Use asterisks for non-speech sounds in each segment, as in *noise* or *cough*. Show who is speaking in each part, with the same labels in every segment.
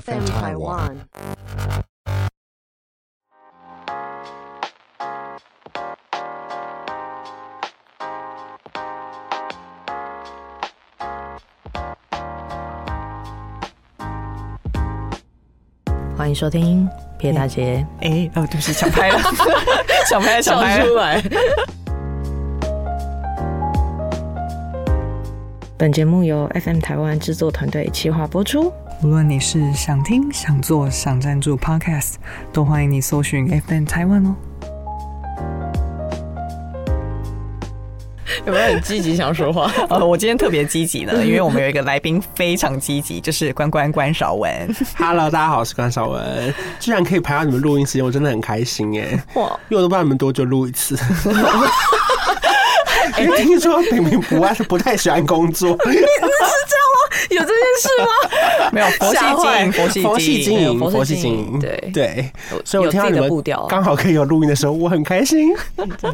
Speaker 1: FM Taiwan.
Speaker 2: 欢迎收听撇大姐
Speaker 3: 哎、哦，对不起，抢拍了，抢拍了，抢拍了。
Speaker 2: 来。 *laughs* 本节目由 FM 台湾制作团队企划播出。
Speaker 3: 无论你是想听、想做、想赞助 Podcast，都欢迎你搜寻 FM 台湾哦。
Speaker 2: 有没有很积极想说
Speaker 3: *laughs*
Speaker 2: 话？嗯
Speaker 3: 呃，我今天特别积极呢，因为我们有一个来宾非常积极，就是关关关少文。
Speaker 4: Hello，大家好，我是关少文。居然可以排到你们录音时间，我真的很开心耶！
Speaker 3: 哇，
Speaker 4: 因为我都不知道你们多久录一次。
Speaker 2: *laughs*
Speaker 4: 因为听说平平不爱啊是不太喜欢工
Speaker 2: *laughs*
Speaker 4: 作，
Speaker 2: 是这样吗？有这件事吗？
Speaker 3: 没有佛系
Speaker 2: 吓
Speaker 3: 经
Speaker 2: 坏
Speaker 3: 营，佛系
Speaker 4: 佛系经
Speaker 2: 对
Speaker 4: 营，
Speaker 2: 佛系
Speaker 4: 佛系
Speaker 2: 经
Speaker 4: 经
Speaker 2: 营
Speaker 4: 营，
Speaker 2: 对
Speaker 4: 对，
Speaker 2: 有
Speaker 4: 所以我听到
Speaker 2: 有自
Speaker 4: 你
Speaker 2: 己的步调
Speaker 4: 们刚好可以有录音的时候，我很
Speaker 2: *laughs*
Speaker 4: 开心。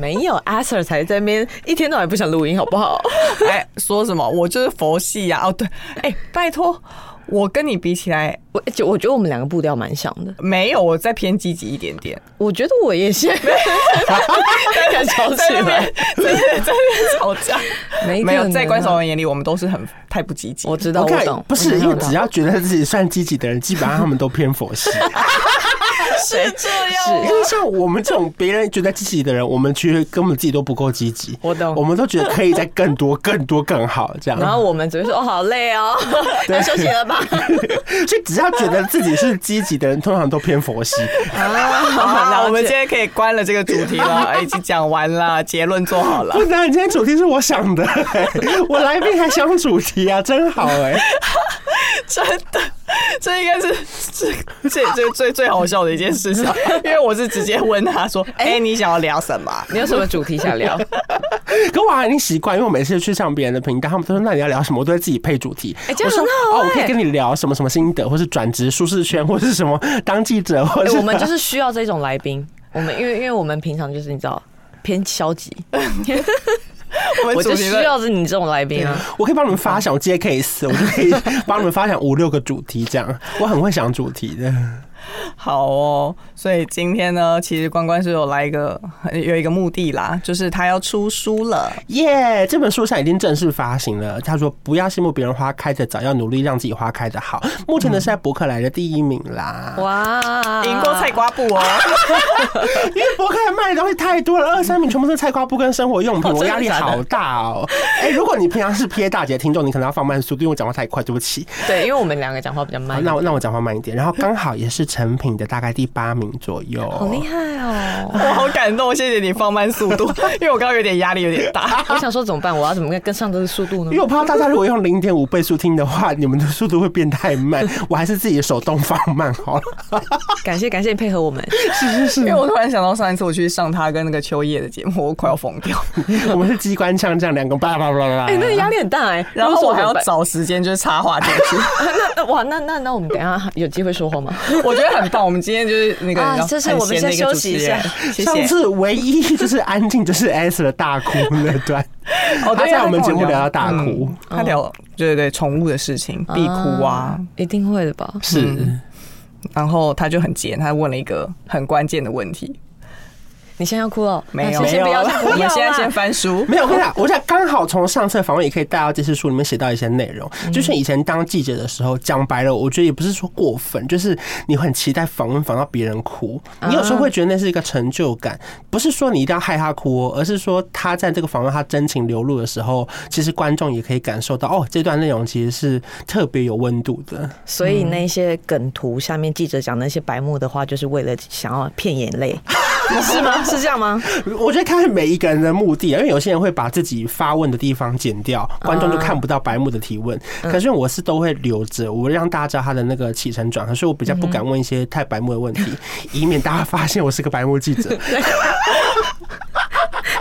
Speaker 2: 没有，Aser 才在那边一天到晚不想录音，好不好？
Speaker 3: 哎，说什么？我就是佛系呀、哦，对，哎、拜托，我跟你比起来，
Speaker 2: 我就我觉得我们两个步调蛮像的，
Speaker 3: 没有，我再偏积极一点点。
Speaker 2: 我觉得我也 *laughs* 是，大家吵起来，
Speaker 3: 真的真的吵 *laughs* 架，
Speaker 2: 没
Speaker 3: 没
Speaker 2: 可
Speaker 3: 有
Speaker 2: 能
Speaker 3: 在关
Speaker 2: 啊
Speaker 3: 守人眼里，我们都是很太不积极。
Speaker 2: 我知道，我
Speaker 4: 看
Speaker 2: 懂，
Speaker 4: 不是
Speaker 2: 我
Speaker 4: 因为
Speaker 2: 懂
Speaker 4: 只要觉得自己算积极的人，基本上他们都偏佛
Speaker 2: *laughs*
Speaker 4: 系。
Speaker 3: 是
Speaker 2: 是
Speaker 3: 这
Speaker 4: 因为像我们这种别人觉得积极的人，我们觉得根本自己都不够积极。
Speaker 3: 我懂
Speaker 4: 我们都觉得可以再更多、更多、更好这样。
Speaker 2: 然后我们只会说哦，好累 *laughs* 哦，要休息了吧？
Speaker 4: *laughs* 所以只要觉得自己是积极的人，通常都偏佛
Speaker 2: *laughs*
Speaker 4: 系。
Speaker 3: *laughs* 好了，我
Speaker 2: 了
Speaker 3: 们
Speaker 2: 解
Speaker 3: 今天可以关了这个主题 *laughs* 了，哎已经讲完了，结论做好了
Speaker 4: 不。难，今天主题是我想的、 *laughs* 欸，我来宾还想主题啊，真
Speaker 2: *laughs*
Speaker 4: 好哎、
Speaker 3: 真的， *laughs* 这应该是这这这最最好笑的一件事情，因为我是直接问他说：“ *laughs* 哎、你想要聊什么
Speaker 2: *laughs* 你有什么主题想聊？
Speaker 4: 可我还已经习惯，因为我每次去上别人的频道，他们都说那你要聊什么，我都会自己配主题。
Speaker 2: 哎这样
Speaker 4: 我说
Speaker 2: 很好
Speaker 4: 哦，我可
Speaker 2: 欸
Speaker 4: 以跟你聊什么什么心得，或是转职舒适圈，或是什么当记者，或
Speaker 2: 哎
Speaker 4: 是、
Speaker 2: 我们就是需要这种来宾， *laughs* 我们因为因为我们平常就是你知道偏消极，？”
Speaker 3: 我
Speaker 2: 我
Speaker 3: 哎们主
Speaker 2: 就
Speaker 3: 题
Speaker 2: 需
Speaker 3: 的
Speaker 2: 要是你这种来宾啊。
Speaker 4: *laughs* 我可以帮你们发想，我接 case，我就可以帮你们发想五六个主题这样。我很会想主题的，
Speaker 3: 好哦，所以今天呢，其实关关是有来一个有一个目的啦，就是他要出书了。
Speaker 4: 耶这本书现在已经正式发行了。他说：“不要羡慕别人花开的早，要努力让自己花开的好。”目前呢是在博客来的第一名啦。
Speaker 2: 哇，
Speaker 3: 赢过菜瓜布哦， *laughs*
Speaker 4: 因为博客来卖的东西太多了，二三名全部都是菜瓜布跟生活用
Speaker 2: 哦
Speaker 4: 品，我压力好大
Speaker 2: *laughs*
Speaker 4: 哦。哎，如果你平常是 P A 大姐的听众，你可能要放慢速度，因为我讲话太快，对不起。
Speaker 2: 对，因为我们两个讲话比较
Speaker 4: 好
Speaker 2: 慢，
Speaker 4: 那我那我讲话慢一点，然后刚好也是成品的大概第八名左右。
Speaker 2: 好厉害
Speaker 3: *laughs*
Speaker 2: 哦！
Speaker 3: 我好感动，谢谢你放慢速度， *laughs* 因为我刚刚有点压力有点大。
Speaker 2: 我想说怎么办？我要怎么跟跟上这个速度呢
Speaker 3: *laughs*
Speaker 4: 因为？我怕大家如果用零点五倍速听的话，你们的速度会变太慢，我还是自己手动放慢
Speaker 2: *laughs*
Speaker 4: 好了。
Speaker 2: 感谢感谢你配合我
Speaker 3: *laughs*
Speaker 2: 们，
Speaker 3: 因为我突然想到上一次我去上他跟那个秋叶的节目，我快要疯掉。
Speaker 4: 我们是机关枪这样两个叭叭叭叭叭。
Speaker 2: 哎，那个压力很大哎。
Speaker 3: 然后我还要
Speaker 2: 那
Speaker 3: 找时间就是插话进
Speaker 2: 怎
Speaker 3: 去，
Speaker 2: 么办，那哇，那那那我们等一下有机会说话吗？
Speaker 3: 我觉得很棒。我们今天就是那个，
Speaker 2: 啊
Speaker 3: 你知道
Speaker 2: 这是
Speaker 3: 很
Speaker 2: 我们
Speaker 3: 闲的
Speaker 2: 先
Speaker 3: 个
Speaker 2: 休
Speaker 3: 主
Speaker 2: 息一
Speaker 3: 持
Speaker 2: 下
Speaker 3: 人谢
Speaker 4: 上
Speaker 3: 谢。
Speaker 4: 次唯一就是安静就是 S 的大哭那段，
Speaker 3: *laughs* 哦，
Speaker 4: 啊他
Speaker 3: 对，
Speaker 4: 在我们节目聊
Speaker 3: 到
Speaker 4: 到大哭，
Speaker 3: 他聊对对对宠物的事情， *laughs*
Speaker 2: 嗯
Speaker 3: 必哭啊。，
Speaker 2: 一定会的吧？
Speaker 4: 是。
Speaker 3: 嗯然后他就很贱，他问了一个很关键的问题，
Speaker 2: 你现在要哭了？
Speaker 3: 没有，
Speaker 2: 先先不要，先不
Speaker 3: 我
Speaker 2: 要
Speaker 3: 们
Speaker 2: 啦。
Speaker 3: 现在先翻书，
Speaker 4: 没有，我跟你讲，我想刚好从上次的访问也可以带到这次书里面写到一些内容。
Speaker 3: 嗯
Speaker 4: 就是以前当记者的时候，讲白了，我觉得也不是说过分，就是你很期待访问访到别人哭，
Speaker 3: 嗯
Speaker 4: 你有时候会觉得那是一个成就感，不是说你一定要害他哭、哦，而是说他在这个访问他真情流露的时候，其实观众也可以感受到，哦，这段内容其实是特别有温度的。
Speaker 2: 所以那些梗图下面记者讲那些白目的话，就是为了想要骗眼 *laughs* 泪，是吗？是这样吗？
Speaker 4: 我觉得看每一个人的目的啊，因为有些人会把自己发问的地方剪掉，观众就看不到白目的提问。可是我是都会留着，我让大家知道他的那个起承转合，所以我比较不敢问一些太白目的问题，以免大家发现我是个白目记者。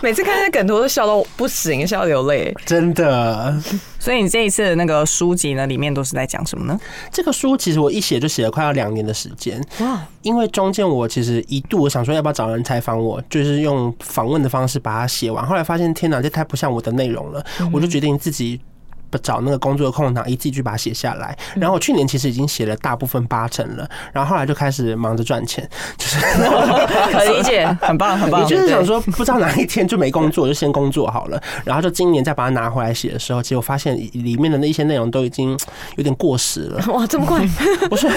Speaker 2: 每次看那些梗图都笑到不行，笑到流泪。
Speaker 4: 真的，
Speaker 3: 所以你这一次的那个书籍呢，里面都是在讲什么呢？
Speaker 4: 这个书其实我一写就写了快要两年的时间，
Speaker 2: 哇，
Speaker 4: 因为中间我其实一度我想说要不要找人采访我，就是用访问的方式把它写完，后来发现天哪，这太不像我的内容了，我就决定自己。找那个工作的空档，一字一句把它写下来。然后我去年其实已经写了大部分八成了，然后后来就开始忙着赚钱，就是
Speaker 2: 可理解。
Speaker 3: 很棒，很棒。
Speaker 4: 也就是想说，不知道哪一天就没工作，就先工作好了。然后就今年再把它拿回来写的时候，结果发现里面的那一些内容都已经有点过时了。
Speaker 2: *laughs* 哇，这么快！
Speaker 4: 不是，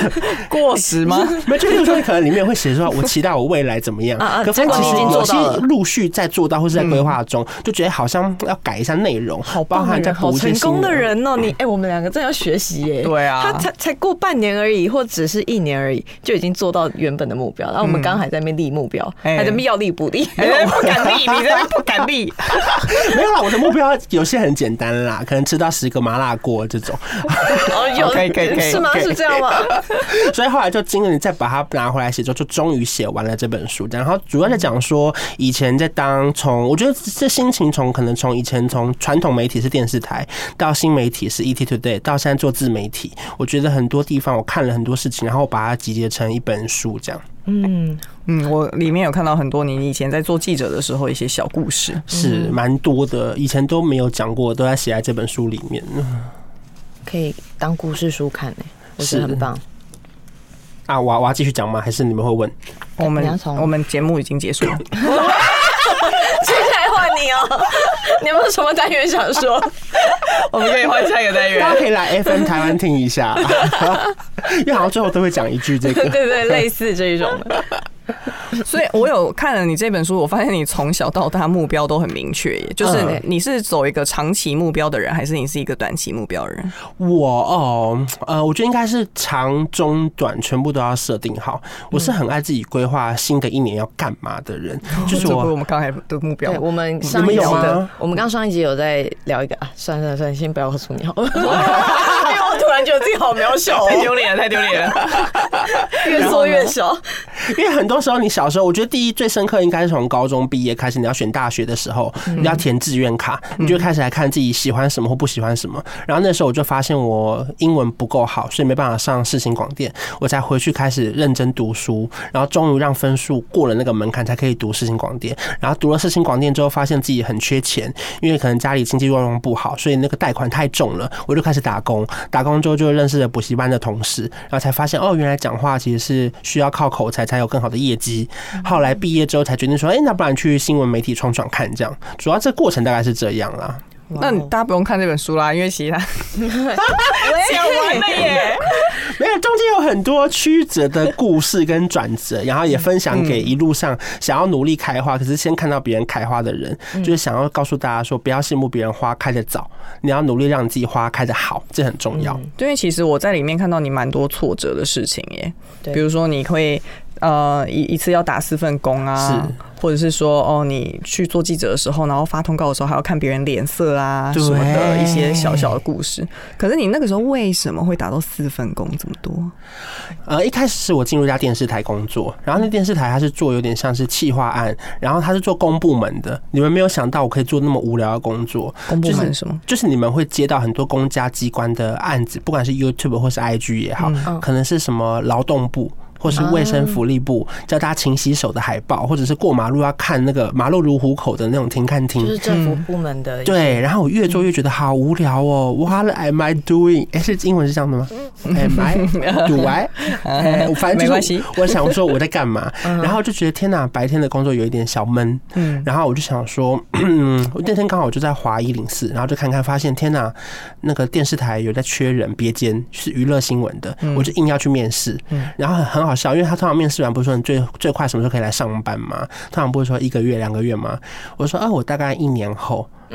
Speaker 3: 过时吗？
Speaker 4: *laughs* 没有，就比如说，可能里面会写说，我期待我未来怎么样
Speaker 2: 啊啊。
Speaker 4: 可发
Speaker 2: 结
Speaker 4: 现
Speaker 2: 果
Speaker 4: 其
Speaker 2: 你
Speaker 4: 实
Speaker 2: 已经
Speaker 4: 有
Speaker 2: 做到了
Speaker 4: 些陆续在做到或是在规划中，就觉得好像要改一下内容，好
Speaker 3: 啊
Speaker 4: 包
Speaker 2: 棒的
Speaker 4: 含在
Speaker 2: 人，好
Speaker 4: 补一些
Speaker 2: 成
Speaker 4: 新
Speaker 2: 功的。人哦！你哎、我们两个真的要学习耶。
Speaker 3: 对啊
Speaker 2: 他才才过半年而已，或只是一年而已，就已经做到原本的目标。然后我们刚刚还在那边立目标，
Speaker 3: 嗯哎
Speaker 2: 还在那边要立不立。
Speaker 3: *laughs* 哎、不敢立，你这不敢立。
Speaker 4: *laughs* 没有啦，我的目标有些很简单啦，可能吃到十个麻辣锅这种。
Speaker 2: *laughs* 哦，有
Speaker 3: 可以可以可以
Speaker 2: 是吗？
Speaker 3: 可以
Speaker 2: 是这样吗？
Speaker 4: *laughs* 所以后来就今年再把它拿回来写之后，就终于写完了这本书。然后主要在讲说，以前在当从，我觉得这心情从可能从以前从传统媒体是电视台，到新媒体是 ET Today，到现在做自媒体，我觉得很多地方我看了很多事情，然后把它集结成一本书这样。
Speaker 3: 嗯，我里面有看到很多你以前在做记者的时候一些小故事。
Speaker 4: 是蛮多的，以前都没有讲过，都在写在这本书里面。
Speaker 2: 可以当故事书看哎，我觉得
Speaker 4: 是
Speaker 2: 很棒。
Speaker 4: 啊，我我要继续讲吗？还是你们会问？
Speaker 3: 我
Speaker 2: 你要
Speaker 3: 们
Speaker 2: 从
Speaker 3: 我们节目已经结束 *laughs* 了，
Speaker 2: 接下来换你
Speaker 3: *laughs*
Speaker 2: 哦，你有没有什么单元想说？
Speaker 3: 我们可以换下一个单
Speaker 4: 大家。可以来 FM 台湾听一下， *laughs* 因为好像最后都会讲一句
Speaker 2: *laughs*
Speaker 4: 这
Speaker 2: 对
Speaker 4: 个。
Speaker 2: 对对，类似这一种的。
Speaker 3: 所以我有看了你这本书，我发现你从小到大目标都很明确耶，就是
Speaker 2: 嗯
Speaker 3: 你是走一个长期目标的人，还是你是一个短期目标人？
Speaker 4: 我哦，呃，我觉得应该是长、中、短全部都要设定好。我
Speaker 3: 嗯
Speaker 4: 是很爱自己规划新的一年要干嘛的人，就是
Speaker 3: 哦这不我
Speaker 4: 我。啊
Speaker 3: 们刚才的目标
Speaker 2: 对，。我们上
Speaker 4: 你
Speaker 2: 一
Speaker 4: 们
Speaker 2: 集
Speaker 4: 有
Speaker 2: 的
Speaker 4: 吗，
Speaker 2: 我们刚上一集有在聊一个啊，算了算了算了，先不要告诉
Speaker 3: *laughs*
Speaker 2: 你好了，因为我突然觉得自己好渺小哦，
Speaker 3: 太丢脸了，太丢脸 *laughs* 了！
Speaker 2: 越缩越小。
Speaker 4: *laughs* 因为很多时候，你小时候，我觉得第一最深刻应该是从高中毕业开始，你要选大学的时候，你要填志愿卡，你就开始来看自己喜欢什么或不喜欢什么。然后那时候我就发现我英文不够好，所以没办法上世新广电，我才回去开始认真读书，然后终于让分数过了那个门槛，才可以读世新广电。然后读了世新广电之后，发现自己很缺钱，因为可能家里经济状况不好，所以那个贷款太重了，我就开始打工。打工之后就认识了补习班的同事，然后才发现哦，原来讲话其实是需要靠口才才有更好的业绩。后来毕业之后才决定说，哎、那不然去新闻媒体闯闯看，这样。主要这过程大概是这样啦。
Speaker 3: 那
Speaker 2: 哦
Speaker 3: 你大家不用看这本书啦，因为其他讲完了耶。
Speaker 4: 没有，中间有很多曲折的故事跟转折，然后也分享给一路上想要努力开花，可是先看到别人开花的人，就是想要告诉大家说，不要羡慕别人花开的早，你要努力让你自己花开的好，这很重要。
Speaker 3: 对，因为其实我在里面看到你蛮多挫折的事情耶，
Speaker 2: 对
Speaker 3: 比如说你会呃一一次要打四份工啊，或者是说哦你去做记者的时候，然后发通告的时候还要看别人脸色啊
Speaker 4: 对
Speaker 3: 什么的一些小小的故事。可是你那个时候为什么会打到四份工这么多？
Speaker 4: 呃，一开始是我进入一家电视台工作，然后那电视台它是做有点像是企划案，然后它是做公部门的。你们没有想到我可以做那么无聊的工作，
Speaker 3: 公部
Speaker 4: 就
Speaker 3: 门
Speaker 4: 是
Speaker 3: 什么？
Speaker 4: 就是你们会接到很多公家机关的案子，不管是 YouTube 或是 IG 也好，
Speaker 2: 嗯
Speaker 4: 可能是什么劳动部。或是卫生福利部叫大家勤洗手的海报，或者是过马路要看那个马路如虎口的那种停看厅，
Speaker 2: 就是政府部门
Speaker 3: 嗯
Speaker 2: 的，
Speaker 4: 对，然后我越做越觉得好无聊哦。What am I doing？哎、是英文是这样的吗？Am I do I？哎 *laughs* *laughs* 反正
Speaker 3: 没
Speaker 4: 就
Speaker 3: 关
Speaker 4: 是
Speaker 3: 系嗯
Speaker 4: 我我想说我在干嘛，然后就觉得天哪，白天的工作有一点小闷。嗯，然后我就想说， *clears throat* 嗯，我那天刚好就在华一零四，然后就看看发现天哪，那个电视台有在缺人，别间是娱乐新闻的，
Speaker 3: 嗯
Speaker 4: 我就硬要去面试。然后很很好笑，因为他通常面试完不是说你最最快什么时候可以来上班吗？通常不是说一个月两个月吗？我说啊，我大概一年后。 *laughs*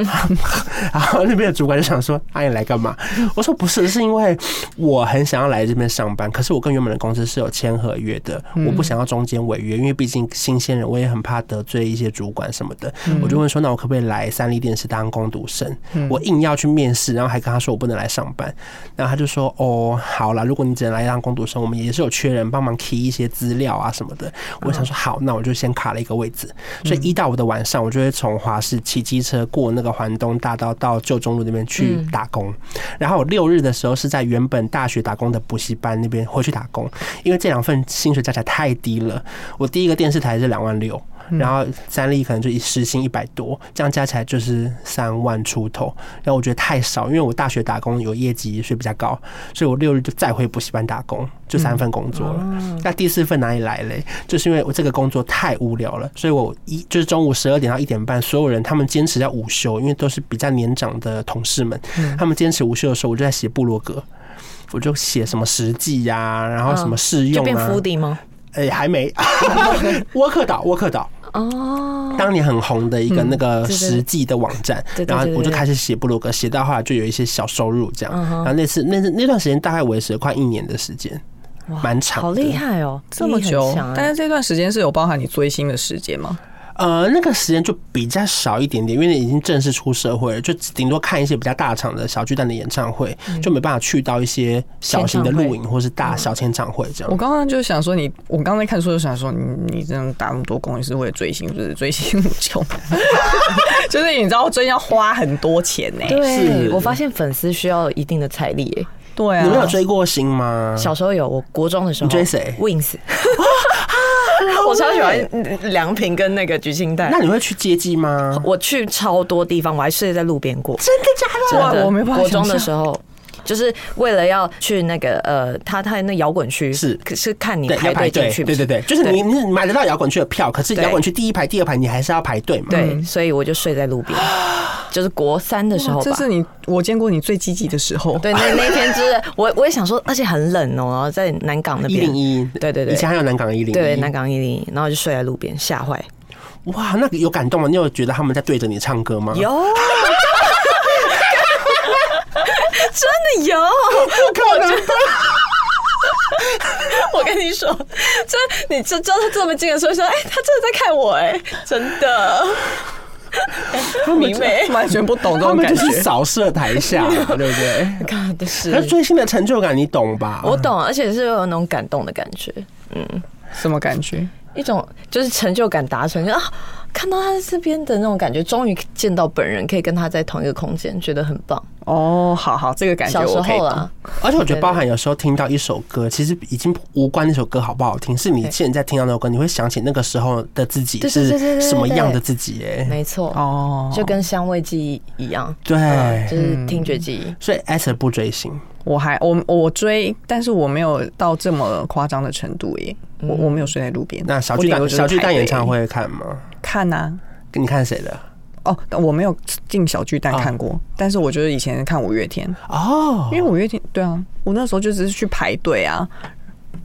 Speaker 4: 然后那边的主管就想说：“阿、啊、你来干嘛？”我说：“不是，是因为我很想要来这边上班，可是我跟原本的公司是有签合约的，我不想要中间违约，因为毕竟新鲜人，我也很怕得罪一些主管什么的。我就问说：“那我可不可以来三立电视当工读生？”我硬要去面试，然后还跟他说我不能来上班，然后他就说：“哦，好啦，如果你只能来当工读生，我们也是有缺人帮忙 key 一些资料啊什么的。”我想说：“好，那我就先卡了一个位置。”所以一到五的晚上，我就会从华视骑机车过那个环东大道到旧中路那边去打工。然后我六日的时候是在原本大学打工的补习班那边回去打工，因为这两份薪水加起来太低了。我第一个电视台是两万六，
Speaker 2: 嗯
Speaker 4: 然后三例可能就一时薪一百多，这样加起来就是三万出头。然后我觉得太少，因为我大学打工有业绩，所以比较高，所以我六日就再回补习班打工，就三份工作了。
Speaker 2: 嗯哦
Speaker 4: 那第四份哪里来嘞？就是因为我这个工作太无聊了，所以我一就是中午十二点到一点半，所有人他们坚持要午休，因为都是比较年长的同事们，
Speaker 2: 嗯
Speaker 4: 他们坚持午休的时候，我就在写部落格。我就写什么实际呀、然后什么试
Speaker 2: 哦就
Speaker 4: 用
Speaker 2: 变
Speaker 4: 啊
Speaker 2: 府，邸吗？
Speaker 4: 哎、还没。 *laughs* 沃克岛，沃克岛，
Speaker 2: 哦，嗯
Speaker 4: 当年很红的一个那个
Speaker 2: 对对
Speaker 4: 实际的网站，
Speaker 2: 对对对
Speaker 4: 然后我就
Speaker 2: 对对
Speaker 4: 开始写部落格，写到后来就有一些小收入这样。
Speaker 2: 嗯哼
Speaker 4: 然后那次那次那段时间大概维持了快一年的时间，
Speaker 2: 哇
Speaker 4: 蛮长的
Speaker 2: 好厉害哦，
Speaker 3: 这么久
Speaker 2: 毅力很强，
Speaker 3: 但是这段时间是有包含你追星的时间吗？
Speaker 4: 呃，那个时间就比较少一点点，因为已经正式出社会了，就顶多看一些比较大场的小巨蛋的演唱会，就没办法去到一些小型的
Speaker 2: 嗯签唱会嗯
Speaker 4: 录影或是大小签唱会这
Speaker 3: 我
Speaker 4: 样。
Speaker 3: 刚刚就想说你，我刚才看书就想说你，你这样打那么多工，你是为了追星，是不是追星无穷？ *laughs* 就是你知道追星要花很多钱呢、
Speaker 2: 对
Speaker 4: 是
Speaker 2: 我发现粉丝需要一定的财力耶。
Speaker 3: 对啊，
Speaker 4: 你们有追过星吗？
Speaker 3: 嗯
Speaker 2: 小时候有，我国中的时候，
Speaker 4: 你追谁
Speaker 2: ？Wins。我超喜欢梁平跟那个菊清代
Speaker 4: 那，你会去接机吗？
Speaker 2: 我去超多地方，我还睡在路边过。
Speaker 4: 真的假
Speaker 3: 哇
Speaker 2: 真的，
Speaker 3: 我没办法
Speaker 2: 国中的
Speaker 3: 想象
Speaker 2: 时候。就是为了要去那个呃，他他那摇滚区
Speaker 4: 是
Speaker 2: 可是看你
Speaker 4: 对，要
Speaker 2: 排
Speaker 4: 排
Speaker 2: 队
Speaker 4: 队，
Speaker 2: 进去，
Speaker 4: 对对对，就是你你买得到摇滚区的票，可是
Speaker 2: 对
Speaker 4: 摇滚区第一排、第二排你还是要排队嘛。嗯
Speaker 2: 对，所以我就睡在路边，就是国三的时候
Speaker 3: 哇这
Speaker 2: 吧。
Speaker 3: 是你我见过你最积极的时候。
Speaker 2: 对，那那天就是我我也想说，而且很冷哦，然后在南港那
Speaker 4: 一零
Speaker 2: 边，
Speaker 4: 一，
Speaker 2: 对对对
Speaker 4: 以前还有南港一零一，
Speaker 2: 对，南港一零一，然后就睡在路边，吓坏。
Speaker 4: 哇，那个有感动吗？你有觉得他们在对着你唱歌吗？
Speaker 2: 有， *laughs* 真的有。
Speaker 4: 可能吧，
Speaker 2: 我跟你说，这你这知道他这么近的时候说，哎、他真的在看我、哎，真的。明媚，
Speaker 3: *laughs* 完全不懂这
Speaker 4: 他
Speaker 3: 种
Speaker 4: 们
Speaker 3: 感
Speaker 4: 就
Speaker 3: 觉
Speaker 4: 是。扫射台下，对不
Speaker 2: *laughs*
Speaker 4: 对？
Speaker 2: 看的
Speaker 4: 可
Speaker 2: 啊是
Speaker 4: 是追星的成就感你懂吧？
Speaker 2: 我懂，啊而且是有那种感动的感觉，
Speaker 3: *laughs* 什么感觉？
Speaker 2: 一种就是成就感达成，就啊，看到他在这边的那种感觉，终于见到本人，可以跟他在同一个空间，觉得很棒。
Speaker 3: 哦，好好，这个感觉
Speaker 2: 小时
Speaker 3: 我可以
Speaker 2: 候啊
Speaker 3: 懂
Speaker 2: 啦。，
Speaker 4: 而且我觉得，
Speaker 2: 对
Speaker 4: 包含有时候听到一首歌，其实已经无关那首歌好不好听，是你现在听到那首歌，你会想起那个时候的自己
Speaker 2: 对对对对对
Speaker 4: 是
Speaker 2: 对
Speaker 4: 什么样的自己、哎，
Speaker 2: 没错，
Speaker 3: 哦，
Speaker 2: 就跟香味记忆一样，就
Speaker 4: 对，
Speaker 2: 是听觉记
Speaker 3: 嗯
Speaker 2: 忆。
Speaker 4: 所以 S 不追星，
Speaker 3: 我还我我追，但是我没有到这么夸张的程度耶。我我没有睡在路边。
Speaker 4: 那小
Speaker 3: 我
Speaker 4: 巨
Speaker 3: 顶多
Speaker 4: 蛋
Speaker 3: 就是
Speaker 4: 小巨蛋
Speaker 3: 排队
Speaker 4: 演唱会看吗？
Speaker 3: 看啊呐、
Speaker 4: 你看谁的？
Speaker 3: 哦，我没有进小巨蛋看过，但是我就是以前看五月天，
Speaker 4: 哦
Speaker 3: 因，为五月天对啊，我那时候就只是去排队啊，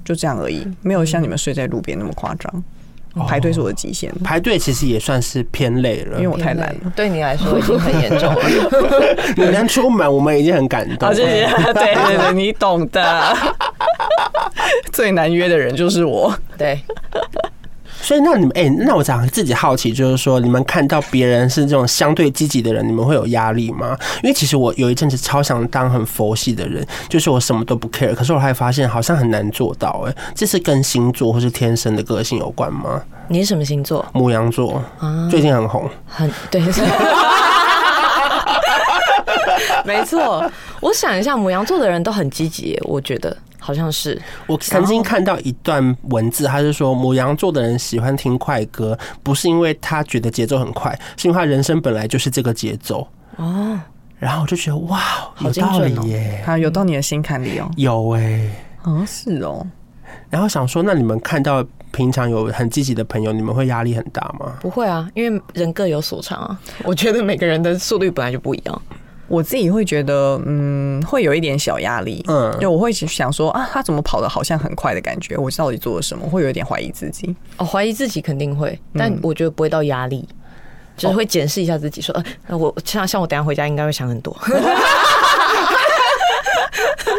Speaker 3: 就这样而已，没有像你们睡在路边那么夸张。排队是我的极限，
Speaker 4: 排队其实也算是偏累了，
Speaker 3: 因为我太懒了。
Speaker 2: 对你来说已经很严重了。 *laughs*
Speaker 4: 你能出门，我们已经很感动。
Speaker 2: 哦
Speaker 3: 啊好，谢
Speaker 4: *laughs*
Speaker 3: 谢。对对对，你懂的。最难约的人就是我。
Speaker 2: 对，
Speaker 4: 所以那你们，哎、那我想自己好奇，就是说，你们看到别人是这种相对积极的人，你们会有压力吗？因为其实我有一阵子超想当很佛系的人，就是我什么都不 care，可是我还发现好像很难做到、哎，这是跟星座或是天生的个性有关吗？
Speaker 2: 你是什么星座？
Speaker 4: 母羊座
Speaker 3: 嗯
Speaker 2: 啊
Speaker 4: 最近很红，
Speaker 2: 很 *laughs* 对。是没错，我想一下，母羊座的人都很积极耶，我觉得好像是
Speaker 4: 我曾经看到一段文字，他是说母羊座的人喜欢听快歌，不是因为他觉得节奏很快，是因为他人生本来就是这个节奏。
Speaker 2: 哦，
Speaker 4: 然后我就觉得哇，有
Speaker 2: 精
Speaker 4: 道理
Speaker 2: 准哦
Speaker 4: 耶，
Speaker 3: 啊，有到你的心坎里哦。
Speaker 4: 有哎、
Speaker 3: 啊，是哦。
Speaker 4: 然后想说，那你们看到平常有很积极的朋友，你们会压力很大吗？
Speaker 2: 不会啊，因为人各有所长啊。我觉得每个人的速率本来就不一样。
Speaker 3: 我自己会觉得，嗯，会有一点小压力，
Speaker 4: 嗯
Speaker 3: 嗯，就我会想说啊，他怎么跑的好像很快的感觉，我到底做了什么？会有一点怀疑自己。
Speaker 2: 哦，怀疑自己肯定会，但我觉得不会到压力。就是会检视一下自己，说，呃，我像像我等一下回家应该会想很 *laughs* 多，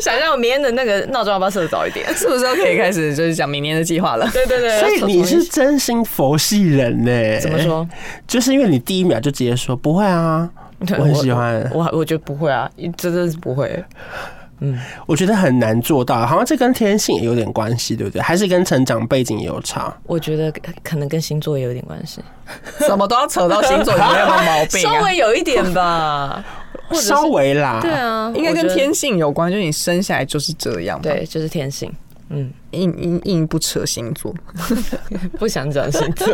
Speaker 2: 想让我明天的那个闹钟要不要设得早一点？
Speaker 3: *laughs* 是不是可以开始就是讲明年的计划了？
Speaker 2: 对对对，
Speaker 4: 所以你是真心佛系人呢、
Speaker 2: 怎么？说？
Speaker 4: 就是因为你第一秒就直接说不会啊，我很喜欢。
Speaker 2: 我我觉得不会啊，真的是不会。
Speaker 4: 我觉得很难做到，好像这跟天性也有点关系，对不对？还是跟成长背景也有差。
Speaker 2: 我觉得可能跟星座也有点关系，
Speaker 3: 什么都要扯到星座，你们有没有毛
Speaker 2: *laughs*
Speaker 3: 病
Speaker 2: 稍
Speaker 3: 啊？
Speaker 2: 微有一点吧。或者是
Speaker 4: 稍微啦，
Speaker 2: *laughs* 对啊，
Speaker 3: 应该
Speaker 2: 我觉
Speaker 3: 跟
Speaker 2: 得
Speaker 3: 天性有关，就是你生下来就是这样。，
Speaker 2: 对，就是天性。
Speaker 3: 嗯，硬硬硬不扯星座，
Speaker 2: 不想讲星座，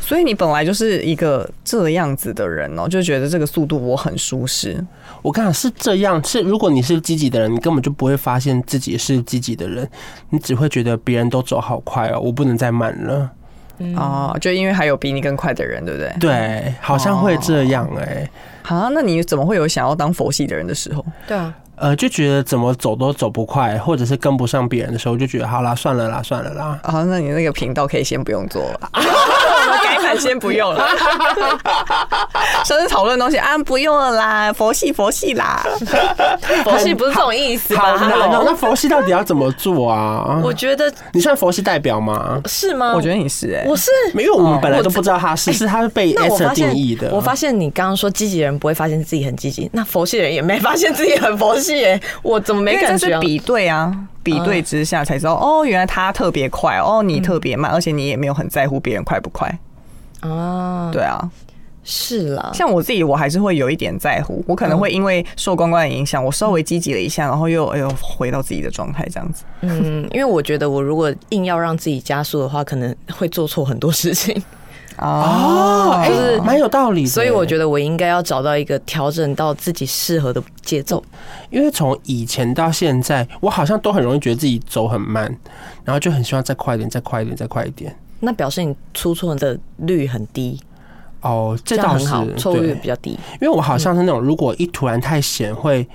Speaker 3: 所以你本来就是一个这样子的人哦、就觉得这个速度我很舒适。
Speaker 4: 我跟你讲是这样，是如果你是积极的人，你根本就不会发现自己是积极的人，你只会觉得别人都走好快哦，我不能再慢
Speaker 2: 嗯
Speaker 4: 了。
Speaker 3: 哦，就因为还有比你更快的人，对不对？
Speaker 4: 对，好像会这样哎、
Speaker 2: 哦
Speaker 3: 啊，那你怎么会有想要当佛系的人的时候？
Speaker 2: 对啊，
Speaker 4: 呃，就觉得怎么走都走不快，或者是跟不上别人的时候，就觉得好啦，算了啦，算了啦。
Speaker 3: 啊，那你那个频道可以先不用做了，我们改版先不用了。 *laughs* 上次讨论东西啊，不用了啦，佛系佛系啦。
Speaker 2: *laughs* 佛系不是这种意思
Speaker 4: 好
Speaker 2: 吧？
Speaker 4: 难哦、那佛系到底要怎么做啊？
Speaker 2: 我觉得
Speaker 4: 你算佛系代表吗？
Speaker 2: 是吗？
Speaker 3: 我觉得你是哎、
Speaker 2: 我是。
Speaker 4: 没有，我们本
Speaker 2: 哦
Speaker 4: 来
Speaker 2: 我哎
Speaker 4: 都不知道他是，是他被
Speaker 2: 那我
Speaker 4: S
Speaker 2: 发现
Speaker 4: 定义的。
Speaker 2: 我发现你刚刚说积极人不会发现自己很积极，那佛系人也没发现自己很佛系耶，我怎么没
Speaker 3: 因为
Speaker 2: 感
Speaker 3: 这
Speaker 2: 觉
Speaker 3: 是
Speaker 2: 啊？
Speaker 3: 比对啊，比对之下才知道、哦，原来他特别快，哦，
Speaker 2: 嗯
Speaker 3: 你特别慢，而且你也没有很在乎别人快不快。
Speaker 2: 啊，
Speaker 3: 对啊，
Speaker 2: 是啦，
Speaker 3: 像我自己，我还是会有一点在乎，我可
Speaker 2: 嗯
Speaker 3: 能会因为受光光的影响，我稍微积极了一下，然后又哎呦回到自己的状态这样子。
Speaker 2: 嗯，因为我觉得我如果硬要让自己加速的话，可能会做错很多事情，
Speaker 3: 啊
Speaker 4: 哦，哎、
Speaker 2: 就是
Speaker 4: 蛮有道理的。
Speaker 2: 所以我觉得我应该要找到一个调整到自己适合的节奏。
Speaker 4: 因为从以前到现在，我好像都很容易觉得自己走很慢，然后就很希望再快一点，再快一点，再快一点。
Speaker 2: 那表示你出错的率很低，
Speaker 4: 哦，这
Speaker 2: 这样
Speaker 4: 倒
Speaker 2: 很
Speaker 4: 是
Speaker 2: 好，错误率
Speaker 4: 对
Speaker 2: 比较低。
Speaker 4: 因为我好像是那种如果一突然太闲会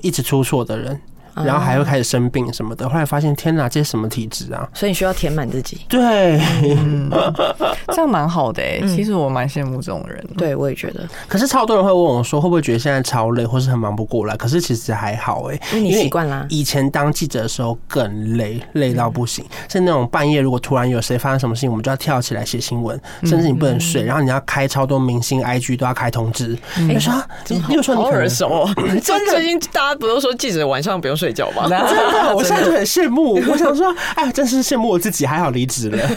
Speaker 4: 一直出错的人，然后还会开始生病什么的。后来发现，天哪，这是什么体质啊？
Speaker 2: 所以你需要填满自己。
Speaker 4: 对，
Speaker 2: 嗯
Speaker 3: 嗯这样蛮好的哎、其实我蛮羡慕这种人的。
Speaker 4: 嗯
Speaker 2: 对，我也觉得，
Speaker 4: *laughs* 可是超多人会问我说，会不会觉得现在超累，或是很忙不过来？可是其实还好哎、
Speaker 2: 因为你习惯啦。
Speaker 4: 以前当记者的时候更累，累到不行，是那种半夜如果突然有谁发生什么事情，我们就要跳起来写新闻，甚至你不能睡，然后你要开超多明星 IG 都要开通知。你说，你你
Speaker 3: *laughs*
Speaker 4: 有说你可能 *laughs*
Speaker 2: 熟哦！最最近大家不都说记者晚上不用睡觉吗？
Speaker 4: *laughs* 真的，我现在就很羡慕。我想说，哎，真是羡慕我自己，还好离职了。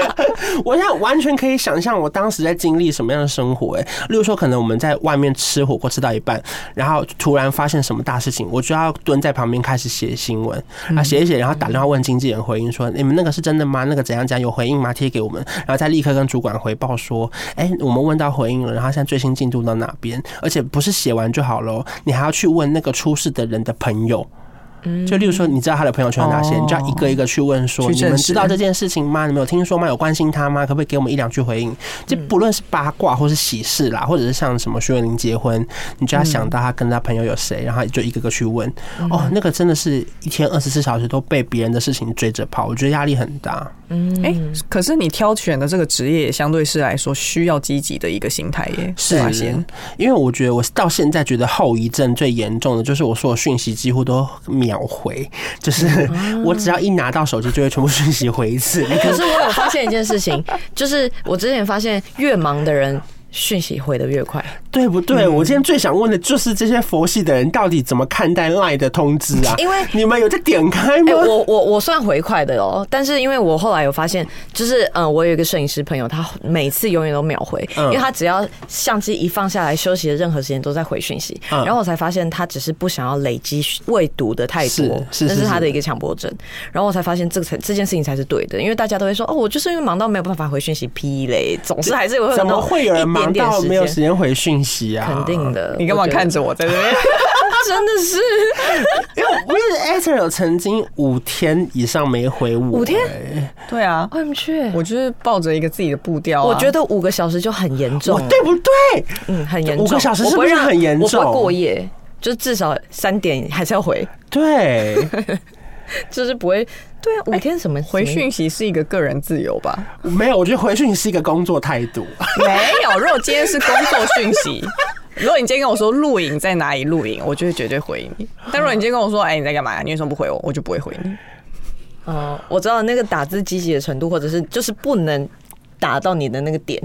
Speaker 4: *laughs* 我现在完全可以想象我当时在经历什么样的生活、哎，例如说，可能我们在外面吃火锅吃到一半，然后突然发现什么大事情，我就要蹲在旁边开始写新闻啊，写一写，然后打电话问经纪人回应说，你们那个是真的吗？那个怎样怎样有回应吗？贴给我们，然后再立刻跟主管回报说，哎，我们问到回应了，然后现在最新进度到哪边？而且不是写完就好了哦，你还要去问那个出事的人的朋友。就例如说，你知道他的朋友圈有哪些，
Speaker 3: 哦
Speaker 4: 你就要一个一个去问说，
Speaker 3: 去
Speaker 4: 你
Speaker 3: 证
Speaker 4: 们
Speaker 3: 实
Speaker 4: 知道这件事情吗？你们有听说吗？有关心他吗？可不可以给我们一两句回应？这不论是八卦或是喜事啦，或者是像什么徐文玲结婚，你就要想到他跟他朋友有谁，然后就一个个去问。哦，那个真的是一天二十四小时都被别人的事情追着跑，我觉得压力很大。
Speaker 2: 嗯
Speaker 3: 哎、可是你挑选的这个职业，相对是来说需要积极的一个心态耶。
Speaker 4: 是
Speaker 3: 发现，
Speaker 4: 因为我觉得我到现在觉得后遗症最严重的就是我所有讯息几乎都秒回， *laughs* 就是我只要一拿到手机就会全部讯息回
Speaker 2: *laughs*
Speaker 4: 一次。
Speaker 2: *laughs* 可是我有发现一件事情，就是我之前发现越忙的人讯息回的越快。
Speaker 4: 对不
Speaker 2: 嗯
Speaker 4: 对？我今天最想问的就是这些佛系的人到底怎么看待 LINE 的通知啊？
Speaker 2: 因为
Speaker 4: 你们有在点开
Speaker 2: 哎、
Speaker 4: 吗？
Speaker 2: 我我我算回快的哦，但是因为我后来有发现，就是嗯、呃我有一个摄影师朋友，他每次永远都秒回，
Speaker 4: 嗯
Speaker 2: 因为他只要相机一放下来休息的任何时间都在回讯息，
Speaker 4: 嗯
Speaker 2: 然后我才发现他只是不想要累积未读的太多，
Speaker 4: 是是
Speaker 2: 那
Speaker 4: 是
Speaker 2: 是他
Speaker 4: 是
Speaker 2: 的一个强迫症，然后我才发现这个才这件事情才是对的，因为大家都会说哦，我就是因为忙到没有办法回讯息，屁嘞，总是还是会有那
Speaker 4: 怎
Speaker 2: 种
Speaker 4: 么会有人忙
Speaker 2: 一点
Speaker 4: 到
Speaker 2: 点时
Speaker 4: 没有
Speaker 2: 间
Speaker 4: 时间回讯息啊？
Speaker 2: 肯定，的，
Speaker 3: 你干
Speaker 2: 呃
Speaker 3: 嘛
Speaker 2: 我觉得
Speaker 3: 看？着我在这
Speaker 2: *laughs*
Speaker 3: 边？
Speaker 2: 真的是
Speaker 4: 因为因为 Esther 有曾经五天以上没回我、
Speaker 2: 五天
Speaker 4: 哎
Speaker 3: 对啊，
Speaker 2: 我 M 去。
Speaker 3: 我就是抱着一个自己的步调、啊。
Speaker 2: 我觉得五个小时就很严重
Speaker 4: 我
Speaker 2: 了，
Speaker 4: 哦对不对？
Speaker 2: 嗯，很严重。
Speaker 4: 五个小时
Speaker 2: 我
Speaker 4: 是不是
Speaker 2: 会让
Speaker 4: 很严重
Speaker 2: 我不会过夜，就至少三点还是要
Speaker 4: *laughs*
Speaker 2: 回，
Speaker 4: 对，
Speaker 2: 就是不会。对啊，
Speaker 4: 哎
Speaker 2: 五天什么
Speaker 3: 回？讯息是一个个人自由吧。
Speaker 4: 没有，我觉得回讯息是一个工作态度。
Speaker 3: 没有，如果今天是工作讯息，如果你今天跟我说露营在哪里露营，我就会绝对回你。但如果你今天跟我说，哎、你在干嘛？你为什么不回我？我就不会回你。
Speaker 2: 什么哦，我知道那个打字积极的程度，或者是就是不能打到你的那个点。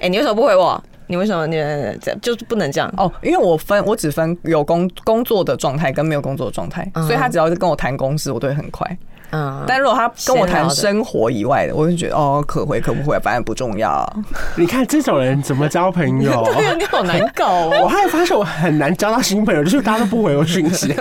Speaker 2: 哎，你为什么不回我？你为什么你这样就是不能这样？
Speaker 3: 哦，因为我分我只分有工工作的状态跟没有工作的状态，
Speaker 2: 嗯
Speaker 3: 所以他只要是跟我谈公事，我都会很快。
Speaker 2: 嗯，
Speaker 3: 但如果他跟
Speaker 2: 闲聊
Speaker 3: 我谈
Speaker 2: 的
Speaker 3: 生活以外的，我就觉得哦，可回可不回，反正不重要。
Speaker 4: 你看这种人怎么交朋友？
Speaker 2: *laughs* *laughs* 对啊，你好难搞
Speaker 4: 我 *laughs*
Speaker 2: 哦。
Speaker 4: 后来发现我很难交到新朋友，就是大家都不回我讯息， *laughs*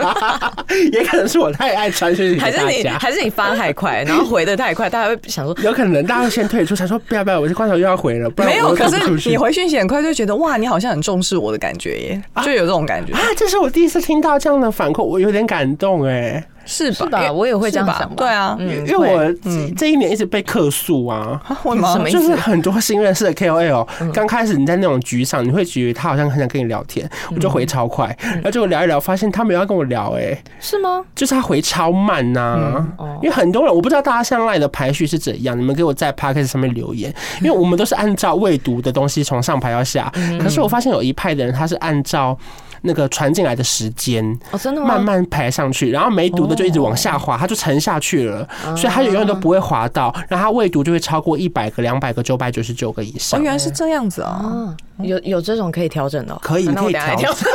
Speaker 4: 也可能是我太爱传讯息
Speaker 2: 还
Speaker 4: 给
Speaker 2: 是
Speaker 4: 大
Speaker 2: 你
Speaker 4: 家。
Speaker 2: 还是你发太快，然后回的太快，大家会想
Speaker 4: *laughs*
Speaker 2: 说，
Speaker 4: 有可能大家会先退出，想说不要不要，我这关头又要回了，不然
Speaker 3: 没有，
Speaker 4: 我又
Speaker 3: 可
Speaker 4: 退不出
Speaker 3: 是
Speaker 4: 去
Speaker 3: 你。回讯息很快就觉得哇，你好像很重视我的感觉耶，就有这种感觉
Speaker 4: 啊，，这是我第一次听到这样的反馈，我有点感动哎、
Speaker 3: 是
Speaker 2: 是吧
Speaker 3: 因为
Speaker 2: 啊我也会这样
Speaker 3: 是吧
Speaker 2: 想吧嗯
Speaker 3: 对啊，
Speaker 4: 因为我这这一年一直被客诉啊。
Speaker 3: 啊会吗
Speaker 2: *laughs* 什？么意思嗯
Speaker 4: 就是很多新认识的 KOL，刚开始你在那种局上，你会觉得他好像很想跟你聊天，
Speaker 2: 嗯
Speaker 4: 我就回超快，然后结果聊一聊，发现他没有要跟我聊，哎，
Speaker 2: 是吗？
Speaker 4: 就是他回超慢呐、
Speaker 2: 哦
Speaker 4: 因为很多人我不知道大家像赖的排序是怎样，你们给我在 p a c k a g e 上面留言，因为我们都是按照未读的东西从上排到下，
Speaker 2: 嗯
Speaker 4: 可是我发现有一派的人他是按照。那个传进来的时间
Speaker 2: 哦，真的吗？
Speaker 4: 慢慢排上去，然后没读的就一直往下
Speaker 2: 哦
Speaker 4: 滑，它就沉下去了，
Speaker 2: 啊
Speaker 4: 所以它永远都不会滑到，然后它未读就会超过一百个、两百个、九百九十九个以
Speaker 3: 哦，
Speaker 2: 哎
Speaker 4: 上
Speaker 3: 原。来是这样子啊！
Speaker 2: 啊，有有这种可以调整的哦，
Speaker 4: 可以
Speaker 2: 那我等下
Speaker 4: 可以调
Speaker 2: 来调。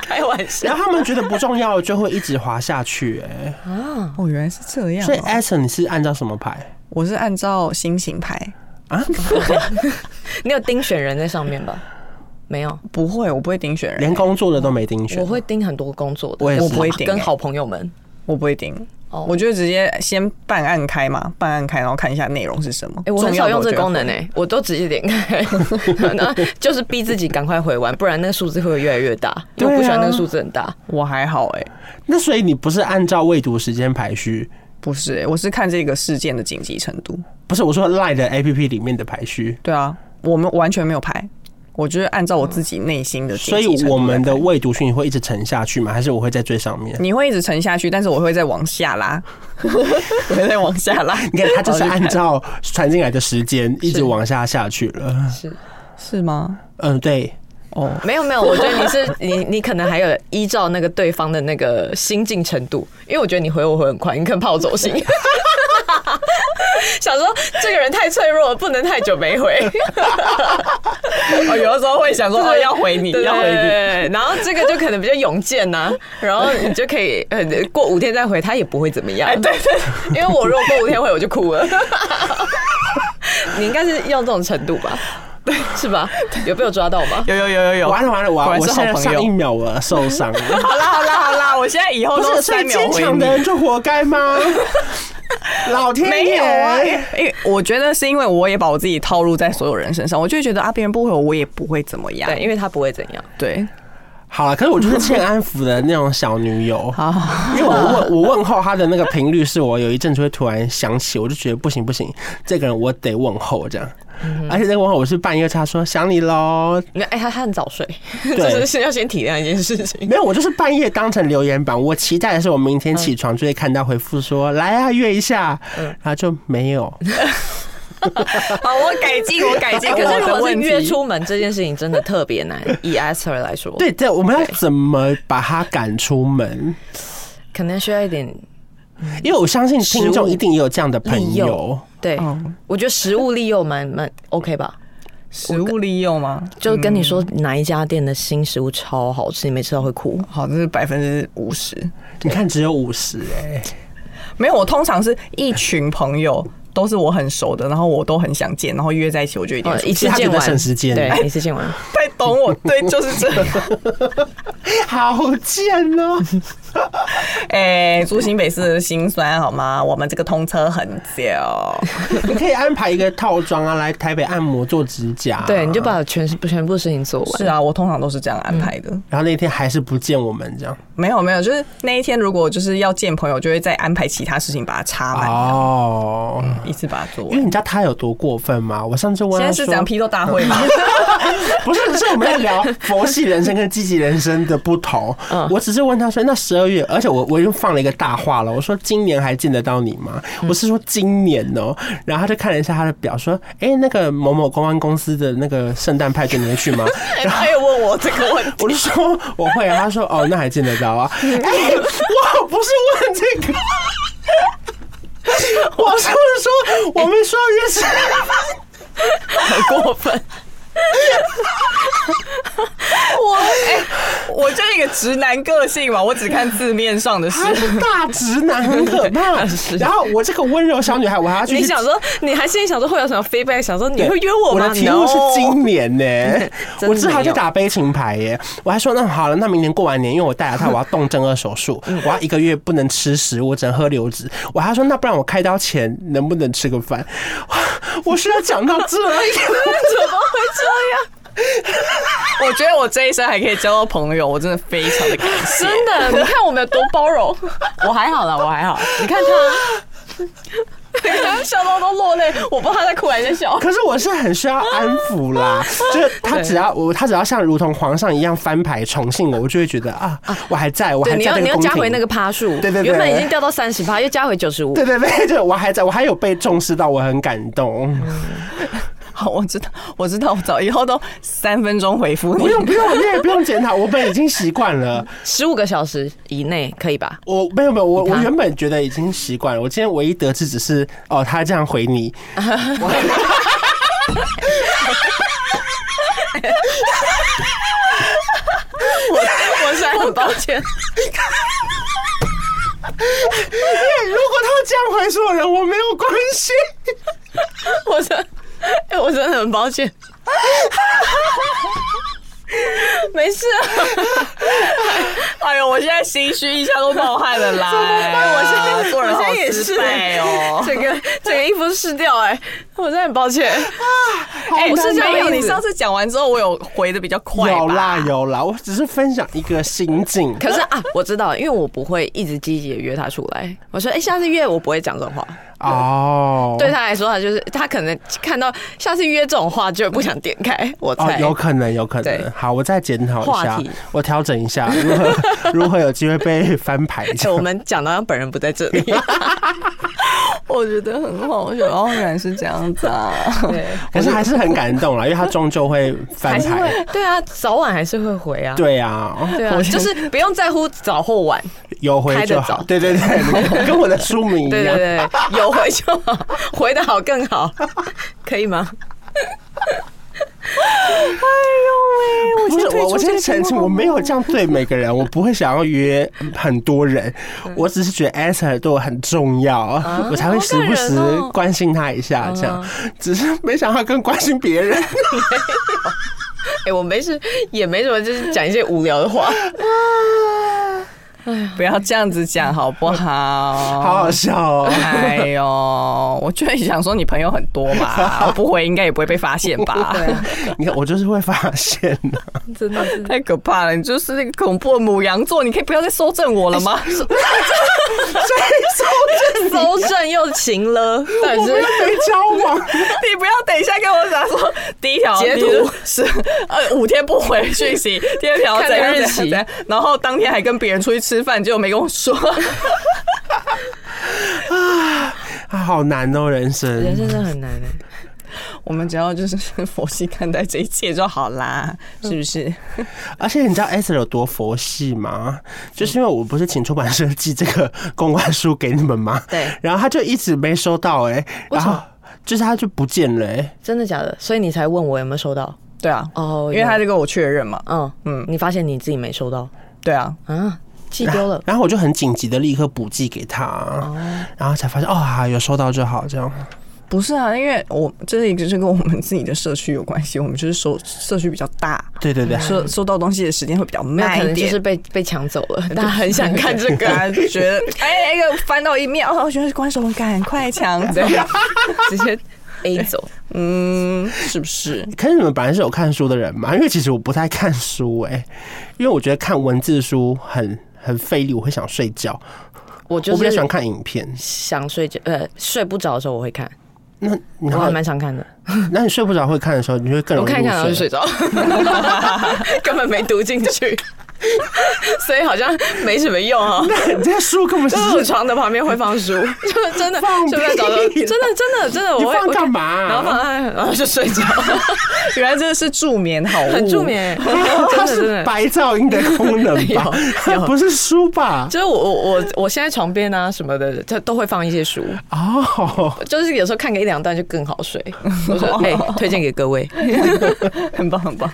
Speaker 2: *laughs* 开玩笑
Speaker 4: 然后他们觉得不重要，就会一直滑下去、
Speaker 2: *laughs*
Speaker 4: 哎，
Speaker 2: 啊，
Speaker 3: 哦，原来是这样
Speaker 4: 所以哎
Speaker 3: 哦。
Speaker 4: Ason 你是按照什么排？啊
Speaker 3: 我是按照心情排，
Speaker 2: *laughs* 你有盯选人在上 *laughs* 面吧？没有，
Speaker 3: 不会，我不会盯选人，
Speaker 4: 连工作的都没盯选
Speaker 2: 我。会盯很多工作的，
Speaker 4: 我也是
Speaker 2: 跟
Speaker 4: 我不
Speaker 3: 会盯
Speaker 2: 跟
Speaker 3: 欸
Speaker 2: 好朋友们。
Speaker 3: 我不会盯。
Speaker 2: 哦
Speaker 3: 我就直接先办案开嘛，办案开，然后看一下内容是什么。
Speaker 2: 哎、我很
Speaker 3: 重
Speaker 2: 少
Speaker 3: 要的
Speaker 2: 用这
Speaker 3: 就
Speaker 2: 功能
Speaker 3: 会
Speaker 2: 哎、我都直接点开， *laughs* 那就是逼自己赶快回完，不然那个数字会越来越大，因为我不喜欢那个数字很大。
Speaker 3: 我还好哎、
Speaker 4: 那所以你不是按照未读时间排序？
Speaker 3: 不是、欸，我是看这个事件的紧急程度。
Speaker 4: 不是，我说 Line 的 APP 里面的排序。
Speaker 3: 对啊，我们完全没有排，我就是按照我自己内心的紧
Speaker 4: 所
Speaker 3: 急程度
Speaker 4: 以
Speaker 3: 在排。
Speaker 4: 我们的未读讯息会一直沉下去吗？还是我会在最上面？
Speaker 3: 你会一直沉下去，但是我会再往下
Speaker 4: *laughs*
Speaker 3: 拉，我会再往下拉。
Speaker 4: 你看，它就是
Speaker 3: 哦
Speaker 4: 按照传进来的时间一直往下下去了。
Speaker 2: 是，
Speaker 3: 是吗？
Speaker 4: 嗯，对，
Speaker 3: 哦，
Speaker 2: 没有没有，我觉得你是你你可能还有依照那个对方的那个心境程度，因为我觉得你回我回很快，你可能怕我走心。 *laughs* 想说这个人太脆弱了，不能太久没回。
Speaker 3: 哦，有的时候
Speaker 2: *laughs*
Speaker 3: 会想说，哦，要回你，
Speaker 2: 对
Speaker 3: 要回你。
Speaker 2: 对然后这个就可能比较勇健呐、然后你就可以呃过五天再回，他也不会怎么样。
Speaker 3: 哎
Speaker 2: 对对，因为我如果过五天回，我就哭了。 *laughs* 你应该是用这种程度吧？ *laughs* 对，是吧？有被我抓到吗？
Speaker 3: 有有有有有，
Speaker 4: 完了完了，
Speaker 3: 果
Speaker 4: 我啊
Speaker 3: 然
Speaker 4: 我
Speaker 3: 是
Speaker 4: 现
Speaker 3: 好
Speaker 4: 在
Speaker 3: 朋
Speaker 4: 上一
Speaker 3: 友。
Speaker 4: 秒我受
Speaker 3: *laughs*
Speaker 4: 伤了。
Speaker 3: 好啦好啦好啦， *laughs* 我现在以后
Speaker 4: 不
Speaker 3: 都
Speaker 4: 是
Speaker 3: 三
Speaker 4: 最
Speaker 3: 秒
Speaker 4: 坚
Speaker 3: 回
Speaker 4: 强
Speaker 3: 你
Speaker 4: 的。人就活该
Speaker 3: *laughs*
Speaker 4: 吗？老天爷
Speaker 3: 没有啊，因为因为我觉得是因为我也把我自己套路在所有人身上，我就会觉得啊，别人不回我，我也不会怎么样
Speaker 2: 对，。因为他不会怎样。
Speaker 3: 对，
Speaker 4: 好了，可是我就是欠安抚的那种小女友，
Speaker 3: 好，
Speaker 4: 因为我问我问候她的那个频率是我有一阵子会突然想起，我就觉得不行不行，这个人我得问候这样，而且那个问候我是半夜他说想你喽，
Speaker 2: 没有，哎、他他很早睡，*laughs*
Speaker 4: 对
Speaker 2: 这是要先体谅一件事情。
Speaker 4: 没有，我就是半夜当成留言板。我期待的是，我明天起床就会看到回复说“来啊，约一下”，然后就没有。
Speaker 3: 好，我改进，我
Speaker 2: *laughs*
Speaker 3: 改进。
Speaker 2: 哎、可
Speaker 3: 我
Speaker 2: 是如
Speaker 3: 的
Speaker 2: 果是
Speaker 3: 问题
Speaker 2: 约，出门这件事情，真的特别难。以 Esther 来说，，
Speaker 4: 对对，我们要怎么把他赶出门？
Speaker 2: 可能需要一点
Speaker 4: 因为我相信听众一定也有这样的朋
Speaker 2: 利
Speaker 4: 友
Speaker 2: 诱。。对，
Speaker 3: 嗯
Speaker 2: 我觉得食物利诱蛮蛮 OK 吧。
Speaker 3: 食物利用吗？
Speaker 2: 就是跟你说哪一家店的新食物超好吃，你没吃到会哭。
Speaker 3: 嗯好，这是百分之五十。
Speaker 4: 你看，只有五十哎，
Speaker 3: 没有，我通常是一群朋友，都是我很熟的，然后我都很想见，然后约在一起，我就一定
Speaker 2: 哦，
Speaker 3: 说
Speaker 2: 一次见
Speaker 4: 其实他觉得
Speaker 2: 完，
Speaker 4: 省时间
Speaker 2: 对，一次 *laughs* 见完。
Speaker 3: 太懂我。对，就是这 *laughs* 样。
Speaker 4: 好贱哦！
Speaker 3: 哎、住新北市的心酸好吗？我们这个通车很久。
Speaker 4: 你可以安排一个套装啊，来台北按摩做指甲。
Speaker 2: 对，你就把全全部事情做完。
Speaker 3: 是啊，我通常都是这样安排的。
Speaker 4: 然后那天还是不见我们这样。
Speaker 3: 没有没有，就是那一天如果就是要见朋友，就会再安排其他事情把它插满，
Speaker 4: 哦，
Speaker 3: 一次把它做
Speaker 4: 因为
Speaker 3: 完。
Speaker 4: 你知道他有多过分吗？我上次问
Speaker 3: 现
Speaker 4: 他
Speaker 3: 在是
Speaker 4: 说
Speaker 3: 讲批斗大会吗？
Speaker 4: 不是，是我们在聊佛系人生跟积极人生的不同。我只是问他说，那十二月，而且我我又放了一个大话了，我说今年还见得到你吗？我是说今年哦、然后他就看了一下他的表，说，哎、那个某某公关公司的那个圣诞派对你会去吗？
Speaker 3: *laughs* 他也问我这个问题，
Speaker 4: 我就说我会啊，他说哦，那还见得到
Speaker 2: *laughs*
Speaker 4: 啊。哎、我不是问这个。我是问说，我们说约是 *laughs*
Speaker 2: 很过分。
Speaker 3: 我 *laughs* 哎、我就是一个直男个性嘛，我只看字面上的事。
Speaker 4: 他是啊大直男，很可
Speaker 2: *laughs*
Speaker 4: 怕。然后我这个温柔小女孩，我还要去
Speaker 2: 你想说，你还心里想说会有什么 feedback？想说你会约我
Speaker 4: 我
Speaker 2: 吗？
Speaker 4: 的题目是
Speaker 2: No
Speaker 4: 今年呢、
Speaker 2: 真的
Speaker 4: 我这还在打悲情牌耶、我还说那好了，那明年过完年，因为我带了他，我要动正颌手术，
Speaker 2: 嗯
Speaker 4: 我要一个月不能吃食，我只能喝流质。我还说那不然我开刀前能不能吃个饭？ *laughs* 哇我是要讲到这样，
Speaker 2: *laughs* 怎么会这样？
Speaker 3: 我觉得我这一生还可以交到朋友，我真的非常的感谢。
Speaker 2: 真的， *laughs* 你看我们有多包容。 *laughs* 我还好啦，我还好。你看 *laughs* 他，笑到都落泪，我不知道他在哭还是在笑。
Speaker 4: 可是我是很需要安抚啦，
Speaker 2: *laughs*
Speaker 4: 就是他只要我，他只要像如同皇上一样翻牌宠幸我，我就会觉得啊，我还在，我还
Speaker 2: 对，你要
Speaker 4: 在
Speaker 2: 你
Speaker 4: 那
Speaker 2: 要
Speaker 4: 个
Speaker 2: 加
Speaker 4: 宫
Speaker 2: 回那个。
Speaker 4: 廷
Speaker 2: 趴数，
Speaker 4: 对对对
Speaker 2: 原本已经掉到三十趴，又加回九十五。
Speaker 4: 对对对， *laughs* 就我还在，我还有被重视到，我很感动。
Speaker 2: 嗯
Speaker 3: 好， *laughs* 我知道，我知道，我早以后都三分钟回复你
Speaker 4: 不。用不用，你也不用检讨，我本已经习惯了。
Speaker 2: 十五个小时以内可以吧？
Speaker 4: 我没有没有，我
Speaker 2: 你
Speaker 4: 我
Speaker 2: 看
Speaker 4: 原本觉得已经习惯了。我今天唯一得知只是哦，他这样回
Speaker 2: *laughs*
Speaker 4: 你，
Speaker 2: *laughs* 我是很抱歉，
Speaker 4: 如果他这样回所有人，我没有关
Speaker 2: *laughs*
Speaker 4: 系。
Speaker 2: 我真，哎我真的很抱歉。没事啊，
Speaker 3: 哎呦，我现在心虚，一下都冒汗了 *laughs* 啦。哎
Speaker 2: 我现在
Speaker 3: 啊做人
Speaker 2: 我现
Speaker 3: 好
Speaker 2: 在也
Speaker 3: 失
Speaker 2: 是
Speaker 3: 败哦。
Speaker 2: 整个整个衣服湿掉哎、我真的很抱歉。
Speaker 4: 哎
Speaker 2: 不是这样
Speaker 3: 没有，你
Speaker 2: 子
Speaker 3: 上次讲完之后，我有回的比较快吧
Speaker 4: 有啦有啦，我只是分享一个心境。
Speaker 2: 可是啊，我知道，因为我不会一直积极的约他出来。我说，哎、下次约我不会讲这种话。
Speaker 4: 哦，
Speaker 2: 对他来说，他就是他可能看到下次约这种话就不想点开。我
Speaker 4: 哦
Speaker 2: 猜，，
Speaker 4: 有可能，有可
Speaker 2: 对
Speaker 4: 能。好，我再检讨一
Speaker 2: 话
Speaker 4: 下
Speaker 2: 题，
Speaker 4: 我调整一下，如何如何有机会被翻牌。
Speaker 2: 哎我们讲到像本人不在这里。
Speaker 3: 哦我觉得很好笑。哦，原来是这样子 *laughs* 啊。
Speaker 2: *laughs* 对，
Speaker 4: *laughs* 可是还是很感动啊啦，因为他终究会翻
Speaker 2: 还是
Speaker 4: 牌。
Speaker 2: 会，对啊，早晚还是会回啊。
Speaker 4: 对啊，
Speaker 2: 对啊，就是不用在乎早或晚。
Speaker 4: 有回
Speaker 2: 开
Speaker 4: 就
Speaker 2: 得
Speaker 4: 好
Speaker 2: 早。
Speaker 4: 对对对，跟我的书名一
Speaker 2: *laughs* 对对
Speaker 4: 样。
Speaker 2: 对，有回就好，回的好更好，可以吗？
Speaker 4: 不是我，我先澄清，我没有这样对每个人，我不会想要约很多人，
Speaker 2: 嗯
Speaker 4: 我只是觉得 Esther 对我很重要，
Speaker 2: 啊
Speaker 4: 我才会时不
Speaker 2: 好感
Speaker 4: 时
Speaker 2: 人哦
Speaker 4: 关心他一下，这样。只是没想到更关心别人，
Speaker 2: 哎、我没事，也没什么，就是讲一些无聊的话。
Speaker 3: 哎不要这样子讲好不 *laughs* 好？
Speaker 4: 好好笑哦。
Speaker 3: 哎呦，我就会想说你朋友很多 *laughs* 嘛，我不回应该也不会啊被发现吧？
Speaker 4: 你看，我就是会发现的。
Speaker 2: 真的 *laughs* 是。
Speaker 3: 太可怕了，你就是那个恐怖的母羊座，你可以不要再搜证我了 *laughs* 吗？
Speaker 2: 搜证又情了，但
Speaker 4: 我
Speaker 2: 是
Speaker 4: 们又没交往，
Speaker 3: *laughs* 你不要等一下跟我讲说第一条
Speaker 2: 截图
Speaker 3: 你是是呃五天不回讯 *laughs* 息，第二条
Speaker 2: 看
Speaker 3: 怎样
Speaker 2: 日
Speaker 3: 怎样
Speaker 2: 期
Speaker 3: 怎样，然后当天还跟别人出去吃饭，结果没跟我说。
Speaker 4: 啊好难哦，人
Speaker 2: 人
Speaker 4: 生。
Speaker 2: 生真的很难哎、
Speaker 3: *laughs* 我们只要就是 *laughs* 佛系看待这一切就好啦，是不是？
Speaker 4: 而且你知道 Esther 有多佛系吗？就是因为我不是请出版社寄这个公关书给你们吗？
Speaker 2: 对
Speaker 4: 然后他就一直没收到，哎，然后就是他就不见了，哎。
Speaker 2: 真的假的？所以你才问我有没有收到？
Speaker 3: 对啊，
Speaker 2: 哦，
Speaker 3: 因为他
Speaker 2: 有
Speaker 3: 就跟我确认嘛。
Speaker 2: 嗯嗯，你发现你自己没收到
Speaker 3: 对啊，
Speaker 2: 啊，寄丢 *laughs* 了。
Speaker 4: 然后我就很紧急的立刻补寄给他，然后才发现哦，好有收到就好，这样。
Speaker 3: 不是啊，因为我这一个是跟我们自己的社区有关系，我们就是收社区比较大，
Speaker 4: 对对对，
Speaker 2: 嗯
Speaker 3: 收收到东西的时间会比较
Speaker 2: 没有，
Speaker 3: 慢
Speaker 2: 可
Speaker 3: 一
Speaker 2: 能就
Speaker 3: 点。
Speaker 2: 是被被抢走 *laughs* 了。大家很想看这个，
Speaker 3: *laughs* 大啊家觉得，哎、那个翻到一面，哦，原来是关守，赶快 *laughs* 抢
Speaker 2: *laughs*
Speaker 3: 走，
Speaker 2: 直接 A 走。
Speaker 3: 嗯，是不是？
Speaker 4: 可是你们本来是有看书的人嘛？因为其实我不太看书哎、因为我觉得看文字书很很费力，我会想睡觉。
Speaker 2: 我就
Speaker 4: 我比较喜欢
Speaker 2: 是
Speaker 4: 看影片。
Speaker 2: 想睡觉，呃，睡不着的时候我会看，
Speaker 4: 那你
Speaker 2: 我还
Speaker 4: 好，
Speaker 2: 蛮常看的。
Speaker 4: 那你睡不着会看的时候，你会更
Speaker 2: 我
Speaker 4: 容易
Speaker 2: 看一看然后
Speaker 4: 入
Speaker 2: 就睡 *laughs*
Speaker 4: 睡。
Speaker 2: 着，根本没读进去。 *laughs* 所以好像没什么用 *laughs* 哦。
Speaker 4: 你这书根本是
Speaker 2: 就是 *laughs* 我床的旁边会 *laughs* 放书，就真的
Speaker 4: 放
Speaker 2: 就在找到，
Speaker 4: 屁
Speaker 2: 真的真的真的，
Speaker 4: 你
Speaker 2: 我会
Speaker 4: 放
Speaker 2: 我
Speaker 4: 干嘛啊
Speaker 2: 然后放在，然后就睡着，
Speaker 3: 原来这个是助眠好物，
Speaker 2: 很助。眠，
Speaker 4: 它
Speaker 2: 真的真
Speaker 4: 是
Speaker 2: 的。
Speaker 4: 白噪音的功能吧
Speaker 2: 有？ *laughs*
Speaker 4: 它不是书吧？
Speaker 2: *laughs* 就是我我我我现在床边啊什么的，它都会放一些书，
Speaker 4: 哦，
Speaker 2: 就是有时候看个一两段就更好睡。我说哎、推荐给各位，
Speaker 3: *laughs* 很棒很棒，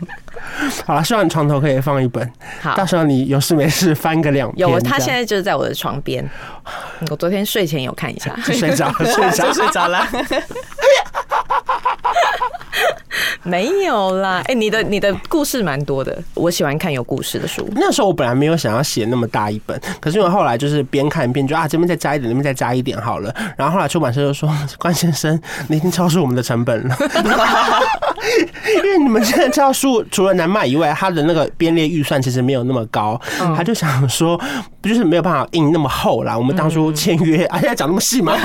Speaker 4: 好了，希望你床头可以放一本，
Speaker 2: 好
Speaker 4: 到时候你有事没事翻个两
Speaker 2: 有
Speaker 4: 篇
Speaker 2: 他
Speaker 4: 这样
Speaker 2: 现在就是在我的床边，我昨天睡前有看一下。 *laughs*
Speaker 4: 就睡着了，睡着
Speaker 3: 就
Speaker 4: 了。
Speaker 3: 睡着了。
Speaker 2: 没有啦，哎、你的你的故事蛮多的，我喜欢看有故事的书。
Speaker 4: 那时候我本来没有想要写那么大一本，可是因为后来就是边看边就啊这边再加一点，那边再加一点好了。然后后来出版社就说：“嗯关先生，你已经超出我们的成本了， *laughs* 因为你们现在这套书除了难卖以外，它的那个编列预算其实没有那么高。他就想说，就是没有办法印那么厚啦。我们当初签约，而且、要讲那么细嘛。”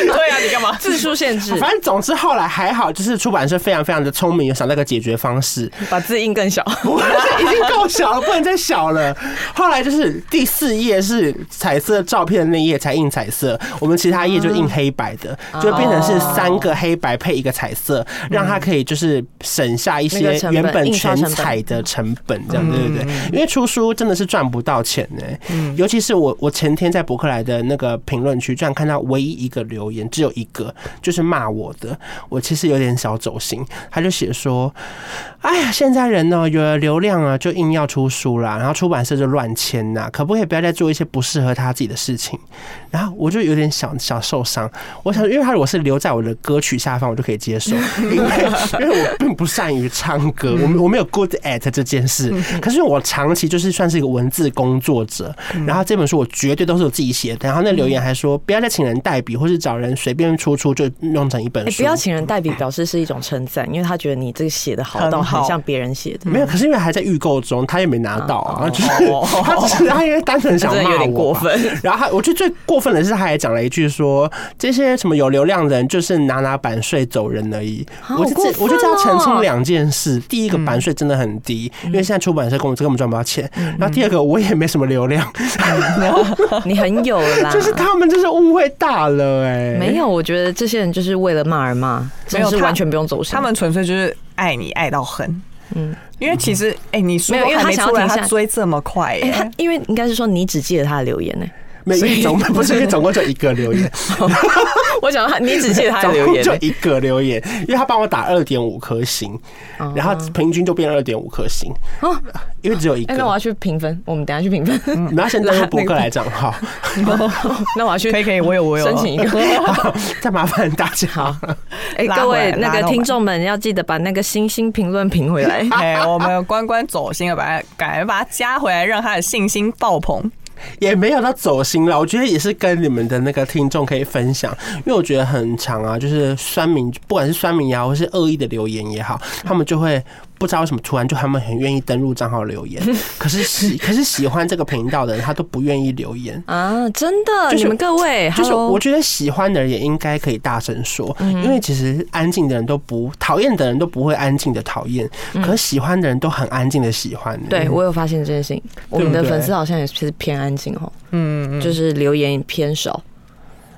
Speaker 3: 对啊，你干嘛？
Speaker 2: 字数限
Speaker 4: *laughs*
Speaker 2: 制，
Speaker 4: 反正总之后来还好，就是出版社非常非常的聪明，有想到一个解决方式。
Speaker 2: 把字印更小。
Speaker 4: *laughs* 不是已经够小了，不能再小了。后来就是第四页是彩色照片的那一页才印彩色，我们其他页就印黑白的，就变成是三个黑白配一个彩色，让它可以就是省下一
Speaker 2: 那
Speaker 4: 些
Speaker 2: 个成
Speaker 4: 原
Speaker 2: 本
Speaker 4: 本
Speaker 2: 印刷
Speaker 4: 全
Speaker 2: 成本
Speaker 4: 彩的成本，这样对对对。因为出书真的是赚不到钱呢、尤其是我我前天在伯克莱的那个评论区，居然看到唯一一个留言，只有一个，就是骂我的。我其实有点小走心，他就写说。哎呀，现在人呢有了流量啊，就硬要出书啦，然后出版社就乱签呐，可不可以不要再做一些不适合他自己的事情？然后我就有点小小受伤，我想，因为他如果是留在我的歌曲下方，我就可以
Speaker 2: *laughs*
Speaker 4: 接受，因为因为我并不善于唱歌，我没我没有 good at 这件事，
Speaker 2: 嗯
Speaker 4: 可是因为我长期就是算是一个文字工作者，
Speaker 2: 嗯
Speaker 4: 然后这本书我绝对都是我自己写的，然后那留言还说不要再请人代笔，或是找人随便出出就弄成一本
Speaker 2: 哎，
Speaker 4: 书，
Speaker 2: 不要请人代笔，表示是一种称赞，因为他觉得你这个写的好到
Speaker 3: 很好
Speaker 2: 很像别人写的。
Speaker 4: 没有，可是因为还在预购中，他也没拿到啊，就是
Speaker 3: 哦
Speaker 4: 他只是他因为单纯想
Speaker 2: 真的
Speaker 4: 骂
Speaker 2: 有点
Speaker 4: 我
Speaker 2: 过
Speaker 4: 吧。
Speaker 2: 分。
Speaker 4: 然后他，我觉得最过分的是，他还讲了一句说，这些什么有流量的人就是拿拿版税走人而已。我就
Speaker 2: 啊好过
Speaker 4: 这，
Speaker 2: 分
Speaker 4: 我就这要澄清
Speaker 2: 哦
Speaker 4: 两件事：第一个，版税真的很低，
Speaker 2: 嗯
Speaker 4: 因为现在出版社跟我根本赚不到钱；然后第二个，我也没什么流量，
Speaker 2: 你很有啦，
Speaker 4: *laughs* 就是他们就是误会大了哎。
Speaker 2: 啊没有。我觉得这些人就是为了骂而骂，真的是
Speaker 3: 他
Speaker 2: 完全不用走心。
Speaker 3: 他们纯粹就是爱你爱到恨。嗯，因为其实，哎、你说
Speaker 2: 没有因为
Speaker 3: 还
Speaker 2: 他
Speaker 3: 没
Speaker 2: 想
Speaker 3: 出
Speaker 2: 要
Speaker 3: 来，
Speaker 2: 停下
Speaker 3: 他追这么快、
Speaker 2: 哎，
Speaker 3: 耶
Speaker 2: 他因为应该是说你只记得他的留言呢， *laughs*
Speaker 4: 没，因为总不是因为总共就一个留言，
Speaker 2: 我想他你只记得他的
Speaker 4: 总
Speaker 2: 留
Speaker 3: *laughs*
Speaker 4: 共
Speaker 2: 言
Speaker 4: 就，一个留言，因为他帮我打二点五颗星，
Speaker 2: 哦
Speaker 4: 然后平均就变二点五颗星，因为只有一
Speaker 2: 嗯
Speaker 4: 个
Speaker 2: 哎，。那我要去评分，我们等一下去评
Speaker 3: 嗯
Speaker 2: 分。
Speaker 4: 你们要先登录博客来账号，
Speaker 2: *laughs* 那我要去
Speaker 3: 可以可以，我有我有
Speaker 2: 申请一个。
Speaker 4: 好再麻烦大家。
Speaker 2: 好，哎，
Speaker 3: 拉
Speaker 2: 各
Speaker 3: 回来
Speaker 2: 位那
Speaker 3: 拉
Speaker 2: 个
Speaker 3: 到
Speaker 2: 听
Speaker 3: 满
Speaker 2: 众们要记得把那个星星评论评回来。
Speaker 3: *laughs* 哎、我们关关走心了，把它赶快把它加回来，让他的信心爆棚。
Speaker 4: 也没有到走心了，我觉得也是跟你们的那个听众可以分享，因为我觉得很长啊，就是酸民，不管是酸民也好，或是恶意的留言也好，他们就会。不知道为什么，突然就他们很愿意登录账号
Speaker 2: *laughs*
Speaker 4: 留言，可是喜可是喜欢这个频道的人，他都不愿意留言。
Speaker 2: 啊，真的，
Speaker 4: 就是
Speaker 2: 你们各位，
Speaker 4: 就是
Speaker 2: hello 嗯
Speaker 4: 我觉得喜欢的人也应该可以大声说，因为其实安静的人都不讨厌的人都不会安静的讨厌，可喜欢的人都很安静的喜欢。
Speaker 2: 嗯
Speaker 4: 欸
Speaker 2: 对
Speaker 3: 嗯
Speaker 2: 我有发现这件事情，我们的
Speaker 4: 对
Speaker 2: 粉丝好像也是偏安静哦，嗯，就是留言偏少，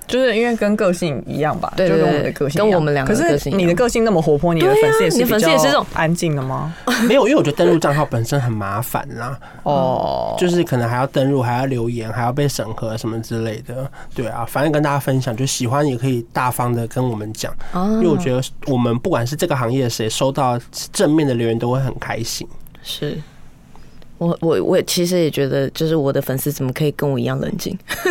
Speaker 3: 就是因为跟个性一样吧，
Speaker 2: 对对
Speaker 3: 就跟我
Speaker 2: 对
Speaker 3: 们的个性一样，
Speaker 2: 跟我们两个
Speaker 3: 可
Speaker 2: 的个
Speaker 3: 是
Speaker 2: 性一样
Speaker 3: 你的个性那么活泼，你的
Speaker 2: 对啊
Speaker 3: 粉丝也是
Speaker 2: 你的粉丝也是这种
Speaker 3: 比较安静的吗？
Speaker 4: 没有，因为我觉得登录账号本身很麻烦啦，
Speaker 3: 哦，
Speaker 4: 就是可能还要登录，还要留言，还要被审核什么之类的。对啊，反正跟大家分享，就喜欢也可以大方的跟我们讲，
Speaker 3: 嗯
Speaker 4: 因
Speaker 2: 嗯
Speaker 4: 为我觉得我们不管是这个行业的谁收到正面的留言都会很开心。
Speaker 2: 是。我我我其实也觉得，就是我的粉丝怎么可以跟我一样冷静？ *laughs*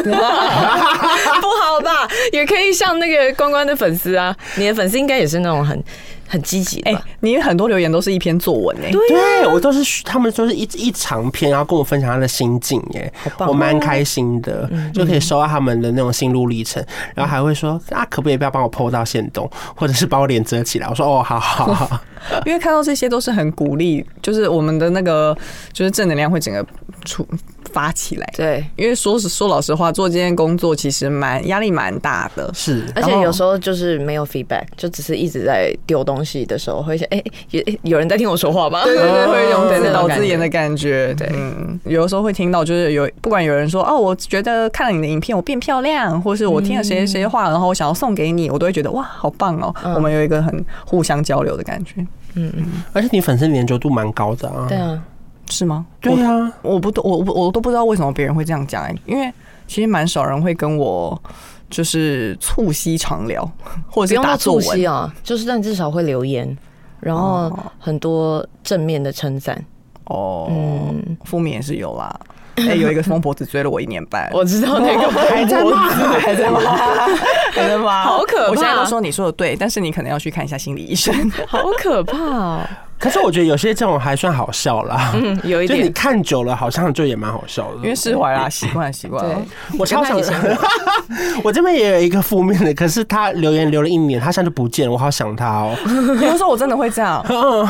Speaker 2: 不好吧？也可以像那个关关的粉丝啊，你的粉丝应该也是那种很很积极的
Speaker 3: 哎、
Speaker 2: 吧？
Speaker 3: 你很多留言都是一篇作文哎、
Speaker 2: 啊
Speaker 4: 对我都是他们都是一一长篇，然后跟我分享他的心境，哎
Speaker 2: 棒，嗯哦
Speaker 4: 我蛮开心的，就可以收到他们的那种心路历程，
Speaker 2: *laughs*
Speaker 4: 然后还会说啊，可不可以不要帮我 PO 到线动，或者是把我脸遮起来？我说哦，好好好，
Speaker 3: 因为看到这些都是很鼓励，就是我们的那个就是正能量会整个出发起来。
Speaker 2: 对，
Speaker 3: 因为说是说老实话，做这件工作其实蛮压力蛮大的，
Speaker 4: 是，
Speaker 2: 而
Speaker 4: 然
Speaker 2: 且
Speaker 4: 后
Speaker 2: 有时候就是没有 feedback，就只是一直在丢东西的时候，会想，哎、有有人在听我说话吗？对 *laughs*
Speaker 3: 对对，
Speaker 4: 哦
Speaker 3: 会有一种
Speaker 2: 对
Speaker 3: 自
Speaker 2: 那种
Speaker 3: 导
Speaker 2: 感
Speaker 3: 自
Speaker 2: 觉
Speaker 3: 演的感觉。对，嗯，有的时候会听到，就是有不管有人说哦，我觉得看了你的影片我变漂亮，或是我听了谁谁谁的话，
Speaker 2: 嗯
Speaker 3: 然后我想要送给你，我都会觉得哇，好棒哦！我们有一个很互相交流的感觉，
Speaker 4: 而且你粉丝粘着度蛮高的啊。
Speaker 2: 对啊，
Speaker 3: 是吗？
Speaker 4: 对啊，
Speaker 3: 我不都我我我都不知道为什么别人会这样讲、欸，因为其实蛮少人会跟我就是促膝长聊，
Speaker 2: 不
Speaker 3: 或者是
Speaker 2: 用
Speaker 3: 打
Speaker 2: 到
Speaker 3: 作
Speaker 2: 促
Speaker 3: 文
Speaker 2: 膝。啊，就是但至少会留言，然后很多正面的称赞。
Speaker 3: 哦，
Speaker 2: 嗯
Speaker 3: 负面也是有啦。哎、有一个疯婆子追了我一年半，
Speaker 2: 我知道那个哦还在骂，
Speaker 3: 还在吗？还在吗？
Speaker 2: 好可怕
Speaker 3: 我现在都说你说的对，但是你可能要去看一下心理医生。
Speaker 2: 好可怕哦。
Speaker 4: 可是我觉得有些这种还算好笑啦。
Speaker 2: 嗯， *laughs* 有一
Speaker 4: 就你
Speaker 2: 点。
Speaker 4: 看久了，好像就也蛮好笑的，
Speaker 3: 因为释怀啦，习惯了习惯了
Speaker 2: 对。
Speaker 4: 我超想
Speaker 2: 跟他一起生，
Speaker 4: *laughs* 我这边也有一个负面的，可是他留言留了一年，他现在就不见了，我好想他哦。
Speaker 3: 有的时候我真的会这样，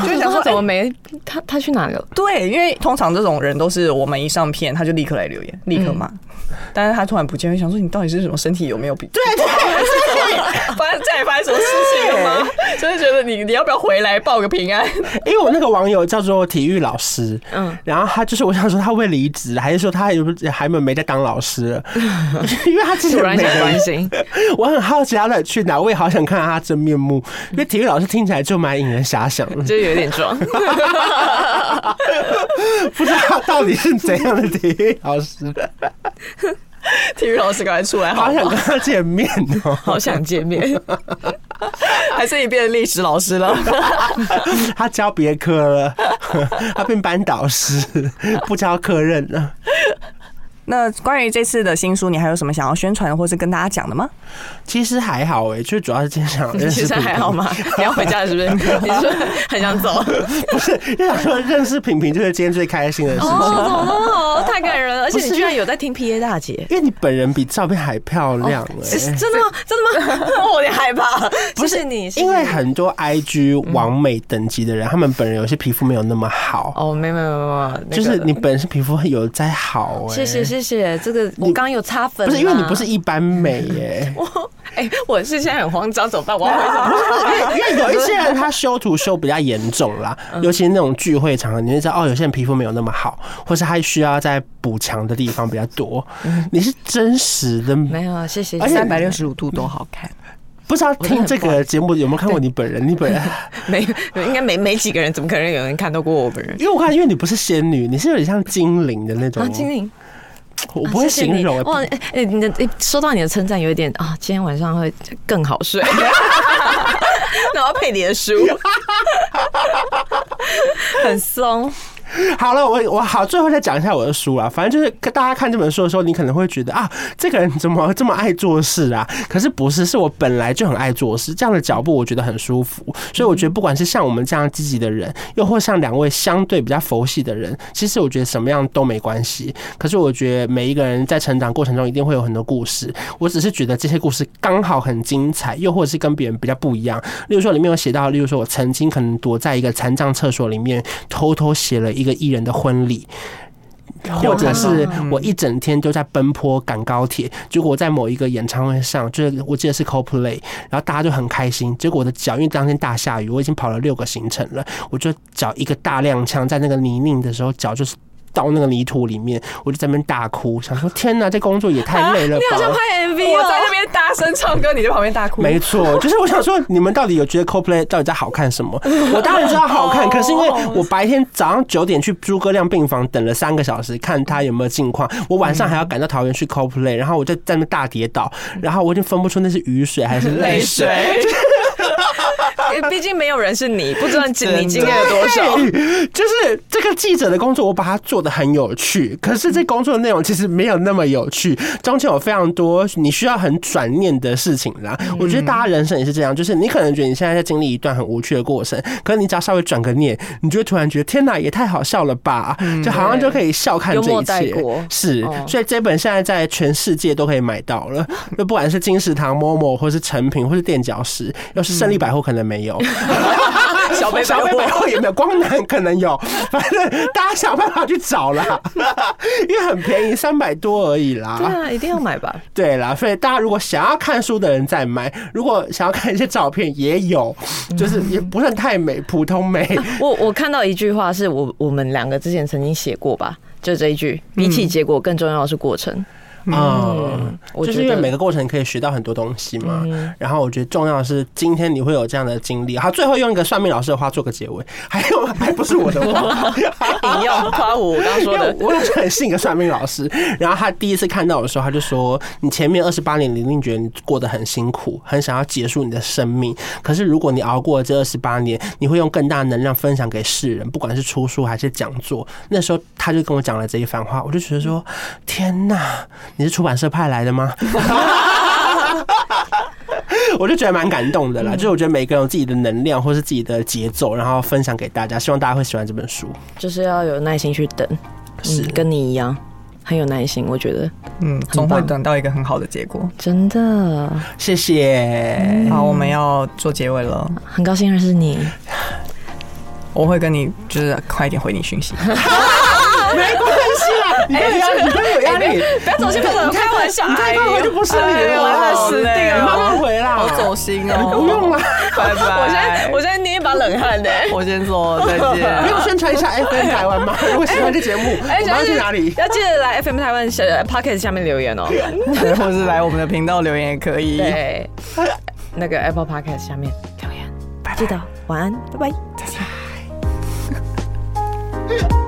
Speaker 2: 就想说怎么没他，他去哪了？
Speaker 3: 对，因为通常这种人都是我们一上片他就立刻来留言，立刻骂。但是他突然不见，会想说你到底是什么身体有没有病？对对对，发家里发生什么事情了吗？就是觉得你你要不要回来报个平安？
Speaker 4: 因为我那个网友叫做体育老师，嗯
Speaker 2: 嗯，
Speaker 4: 然后他就是我想说他会离职，还是说他有还没没在当老师
Speaker 2: *laughs*
Speaker 4: 了？因为他之前
Speaker 2: 突然
Speaker 4: 每
Speaker 2: 想
Speaker 4: 个
Speaker 2: 关心，
Speaker 4: 我很好奇他到底去哪，我也好想看看他真面目。因为体育老师听起来就蛮引人遐想
Speaker 2: *laughs*
Speaker 4: 的，
Speaker 2: 就有点装。
Speaker 4: 不知道他到底是怎样的体育老
Speaker 2: *laughs*
Speaker 4: 师，
Speaker 3: 体育老师赶快出来好
Speaker 4: 好
Speaker 3: 吗，
Speaker 4: 想跟他见面哦、
Speaker 2: *laughs* 好想见面，
Speaker 3: 还是你变成历史老师了？
Speaker 4: 他教别科了， *laughs* 他变班
Speaker 2: *laughs*
Speaker 4: 导师，不教科任了。
Speaker 3: 那关于这次的新书，你还有什么想要宣传或是跟大家讲的吗？其
Speaker 4: 其实还好哎、就主要是今天想认识
Speaker 2: *laughs* 其实
Speaker 4: 平
Speaker 2: 还好
Speaker 4: 平，
Speaker 2: 吗？你要回家了 *laughs* 是不是？你是不是很想走？
Speaker 4: 不是就想说认识平平就是今天最开心的
Speaker 2: *laughs*
Speaker 4: 事情。
Speaker 2: 哦，太感人了！而且你居然有在听 P A 大姐，
Speaker 4: 因为你本人比照片还漂亮哎、
Speaker 2: 哦是真的吗？真的吗？ *laughs* 我有点害 *laughs* 怕。不是你，谢谢
Speaker 4: 因为
Speaker 2: 你
Speaker 4: 很多 IG 完美等级的人，他们本人有些皮肤没有那么好，
Speaker 2: 哦，没有没有没有没有，那个
Speaker 4: 就是你本身皮肤有在好哎、
Speaker 2: 谢谢谢谢，这个我刚有擦粉啦，
Speaker 4: 不是因为你不是一般美
Speaker 2: *laughs*
Speaker 4: 耶、
Speaker 2: 我，哎，我是现在很慌张，怎么办？我要回什
Speaker 4: 不
Speaker 2: 么？ *laughs*
Speaker 4: 是因为因为有一些人他修图修比较严重啦，
Speaker 2: 嗯
Speaker 4: 尤其那种聚会场合，你就知道哦，有些人皮肤没有那么好，或是他需要在补强的地方比较多。你是真实的，
Speaker 2: 嗯没有，谢谢，
Speaker 4: 而且
Speaker 3: 三百六十五度都好看，
Speaker 4: 不知道听这个节目有没有看过你本人？你本人，
Speaker 2: 没 *laughs* 有，应该没没几个人，怎么可能有人看到过我本人？
Speaker 4: 因为我看，因为你不是仙女，你是有点像精灵的那种
Speaker 2: 啊，，精灵，
Speaker 4: 我不会
Speaker 2: 啊谢谢
Speaker 4: 形
Speaker 2: 你
Speaker 4: 容欸。
Speaker 2: 哇，哎、哎你的、哎说到你的称赞，有一点啊，今天晚上会更好睡。 *laughs* 那我要配你的书， *laughs* 很松。
Speaker 4: 好了，我我好，最后再讲一下我的书啊。反正就是跟大家看这本书的时候，你可能会觉得啊，这个人怎么这么爱做事啊？可是不是，是我本来就很爱做事，这样的脚步我觉得很舒服。所以我觉得，不管是像我们这样积极的人，又或像两位相对比较佛系的人，其实我觉得什么样都没关系。可是我觉得每一个人在成长过程中一定会有很多故事，我只是觉得这些故事刚好很精彩，又或者是跟别人比较不一样。例如说，里面有写到，例如说我曾经可能躲在一个残障厕所里面，偷偷写了一个艺人的婚礼。或者是我一整天都在奔波赶高铁，结果我在某一个演唱会上，就是我记得是 CoPlay，然后大家就很开心，结果我的脚因为当天大下雨，我已经跑了六个行程了，我就脚一个大踉跄，在那个泥泞的时候，脚就是到那个泥土里面，我就在那边大哭，想说天哪，这工作也太累了
Speaker 2: 啊
Speaker 4: 吧！ *laughs*
Speaker 2: 拍 MV
Speaker 3: 我在那边大声唱歌，你在旁边大哭。
Speaker 4: 没错，就是我想说，你们到底有觉得 CoPlay 到底在好看什么？我当然知道好看，可是因为我白天早上九点去诸葛亮病房等了三个小时，看他有没有近况，我晚上还要赶到桃园去 CoPlay，然后我就在那边大跌倒，然后我已经分不出那是雨水还是泪水。
Speaker 2: 边，毕竟没有人是你，不知道你经你经历了多少。
Speaker 4: 对，就是这个记者的工作，我把它做的很有趣，可是这工作内容其实没有那么有趣，中间有非常多你需要很转念的事情啦。我觉得大家人生也是这样，就是你可能觉得你现在在经历一段很无趣的过程，可是你只要稍微转个念，你就会突然觉得天哪，也太好笑了吧，就好像就可以笑看
Speaker 2: 幽
Speaker 4: 这
Speaker 2: 默
Speaker 4: 一
Speaker 2: 带
Speaker 4: 切啊
Speaker 2: 过。
Speaker 4: 是
Speaker 2: 哦，
Speaker 4: 所以这本现在在全世界都可以买到
Speaker 2: *laughs*
Speaker 4: 了，就不管 *laughs* 是金石堂、某某，或是成品，或是垫脚石，要是胜利百货可能没有。
Speaker 2: 嗯小北百
Speaker 4: 小北
Speaker 2: 货
Speaker 4: 百货也没有，光南可能
Speaker 2: *laughs*
Speaker 4: 有，反正大家想办法去找啦， *laughs* 因为很便宜，三百多而已啦。
Speaker 2: 对啊，一定要买吧。
Speaker 4: 对啦，所以大家如果想要看书的人在买，如果想要看一些照片也有，
Speaker 2: 嗯
Speaker 4: 就是也不算太美，普通美。
Speaker 2: 我我看到一句话是我我们两个之前曾经写过吧，就这一句，比起结果更重要的是过程。
Speaker 4: 嗯，
Speaker 2: 我
Speaker 4: 就是
Speaker 2: 觉
Speaker 4: 因为
Speaker 2: 得嗯
Speaker 4: 每个过程可以学到很多东西嘛。然后我觉得重要的是，今天你会有这样的经历。好，最后用一个算命老师的话做个结尾，还有还不是我的话。
Speaker 2: 引用夸我我刚刚说
Speaker 4: 因为
Speaker 2: 的，
Speaker 4: 我也是很信一个算命老师，然后他第一次看到我的时候，他就说：“你前面二十八年，你一定觉得你过得很辛苦，很想要结束你的生命。可是如果你熬过了这二十八年，你会用更大的能量分享给世人，不管是出书还是讲座。”那时候他就跟我讲了这一番话，我就觉得说：“天哪，你是出版社派来的吗？” *laughs* 我就觉得蛮感动
Speaker 2: 嗯
Speaker 4: 的啦，就是我觉得每个人有自己的能量或是自己的节奏，然后分享给大家，希望大家会喜欢这本书。
Speaker 2: 就是要有耐心去等，
Speaker 4: 是
Speaker 2: 嗯，跟你一样。很有耐心，我觉得
Speaker 3: 嗯，总会等到一个很好的结果。
Speaker 2: 真的
Speaker 4: 谢谢。
Speaker 3: 好，我们要做结尾了，
Speaker 2: 很高兴认识你。
Speaker 3: 我会跟你就是快一点回你讯息。
Speaker 4: 没关系啦，你不要压力，你不要有压力，
Speaker 2: 不要走心，不要走心，开玩笑，
Speaker 4: 你再放回就不是你
Speaker 3: 哎呦
Speaker 4: 了，
Speaker 3: 好累
Speaker 4: 你
Speaker 3: 哦
Speaker 4: 慢慢回啦，
Speaker 3: 好走心哦，
Speaker 4: 不用啦，
Speaker 3: 拜拜。
Speaker 2: 我现在我现在捏一把冷汗呢。
Speaker 3: 我先走，再
Speaker 4: 不用 *laughs*
Speaker 3: 见。
Speaker 4: 宣传一下 FM 台湾吗？如果喜欢这节目，
Speaker 3: 哎
Speaker 4: 我们要去哪里？
Speaker 2: 哎要记得来 FM 台湾小 Pocket 下面留言
Speaker 4: *laughs*
Speaker 2: 哦。
Speaker 3: 对或是来我们的频道留言也可以。
Speaker 2: 对，那个 Apple Podcast 下面留言，记得晚安，拜拜。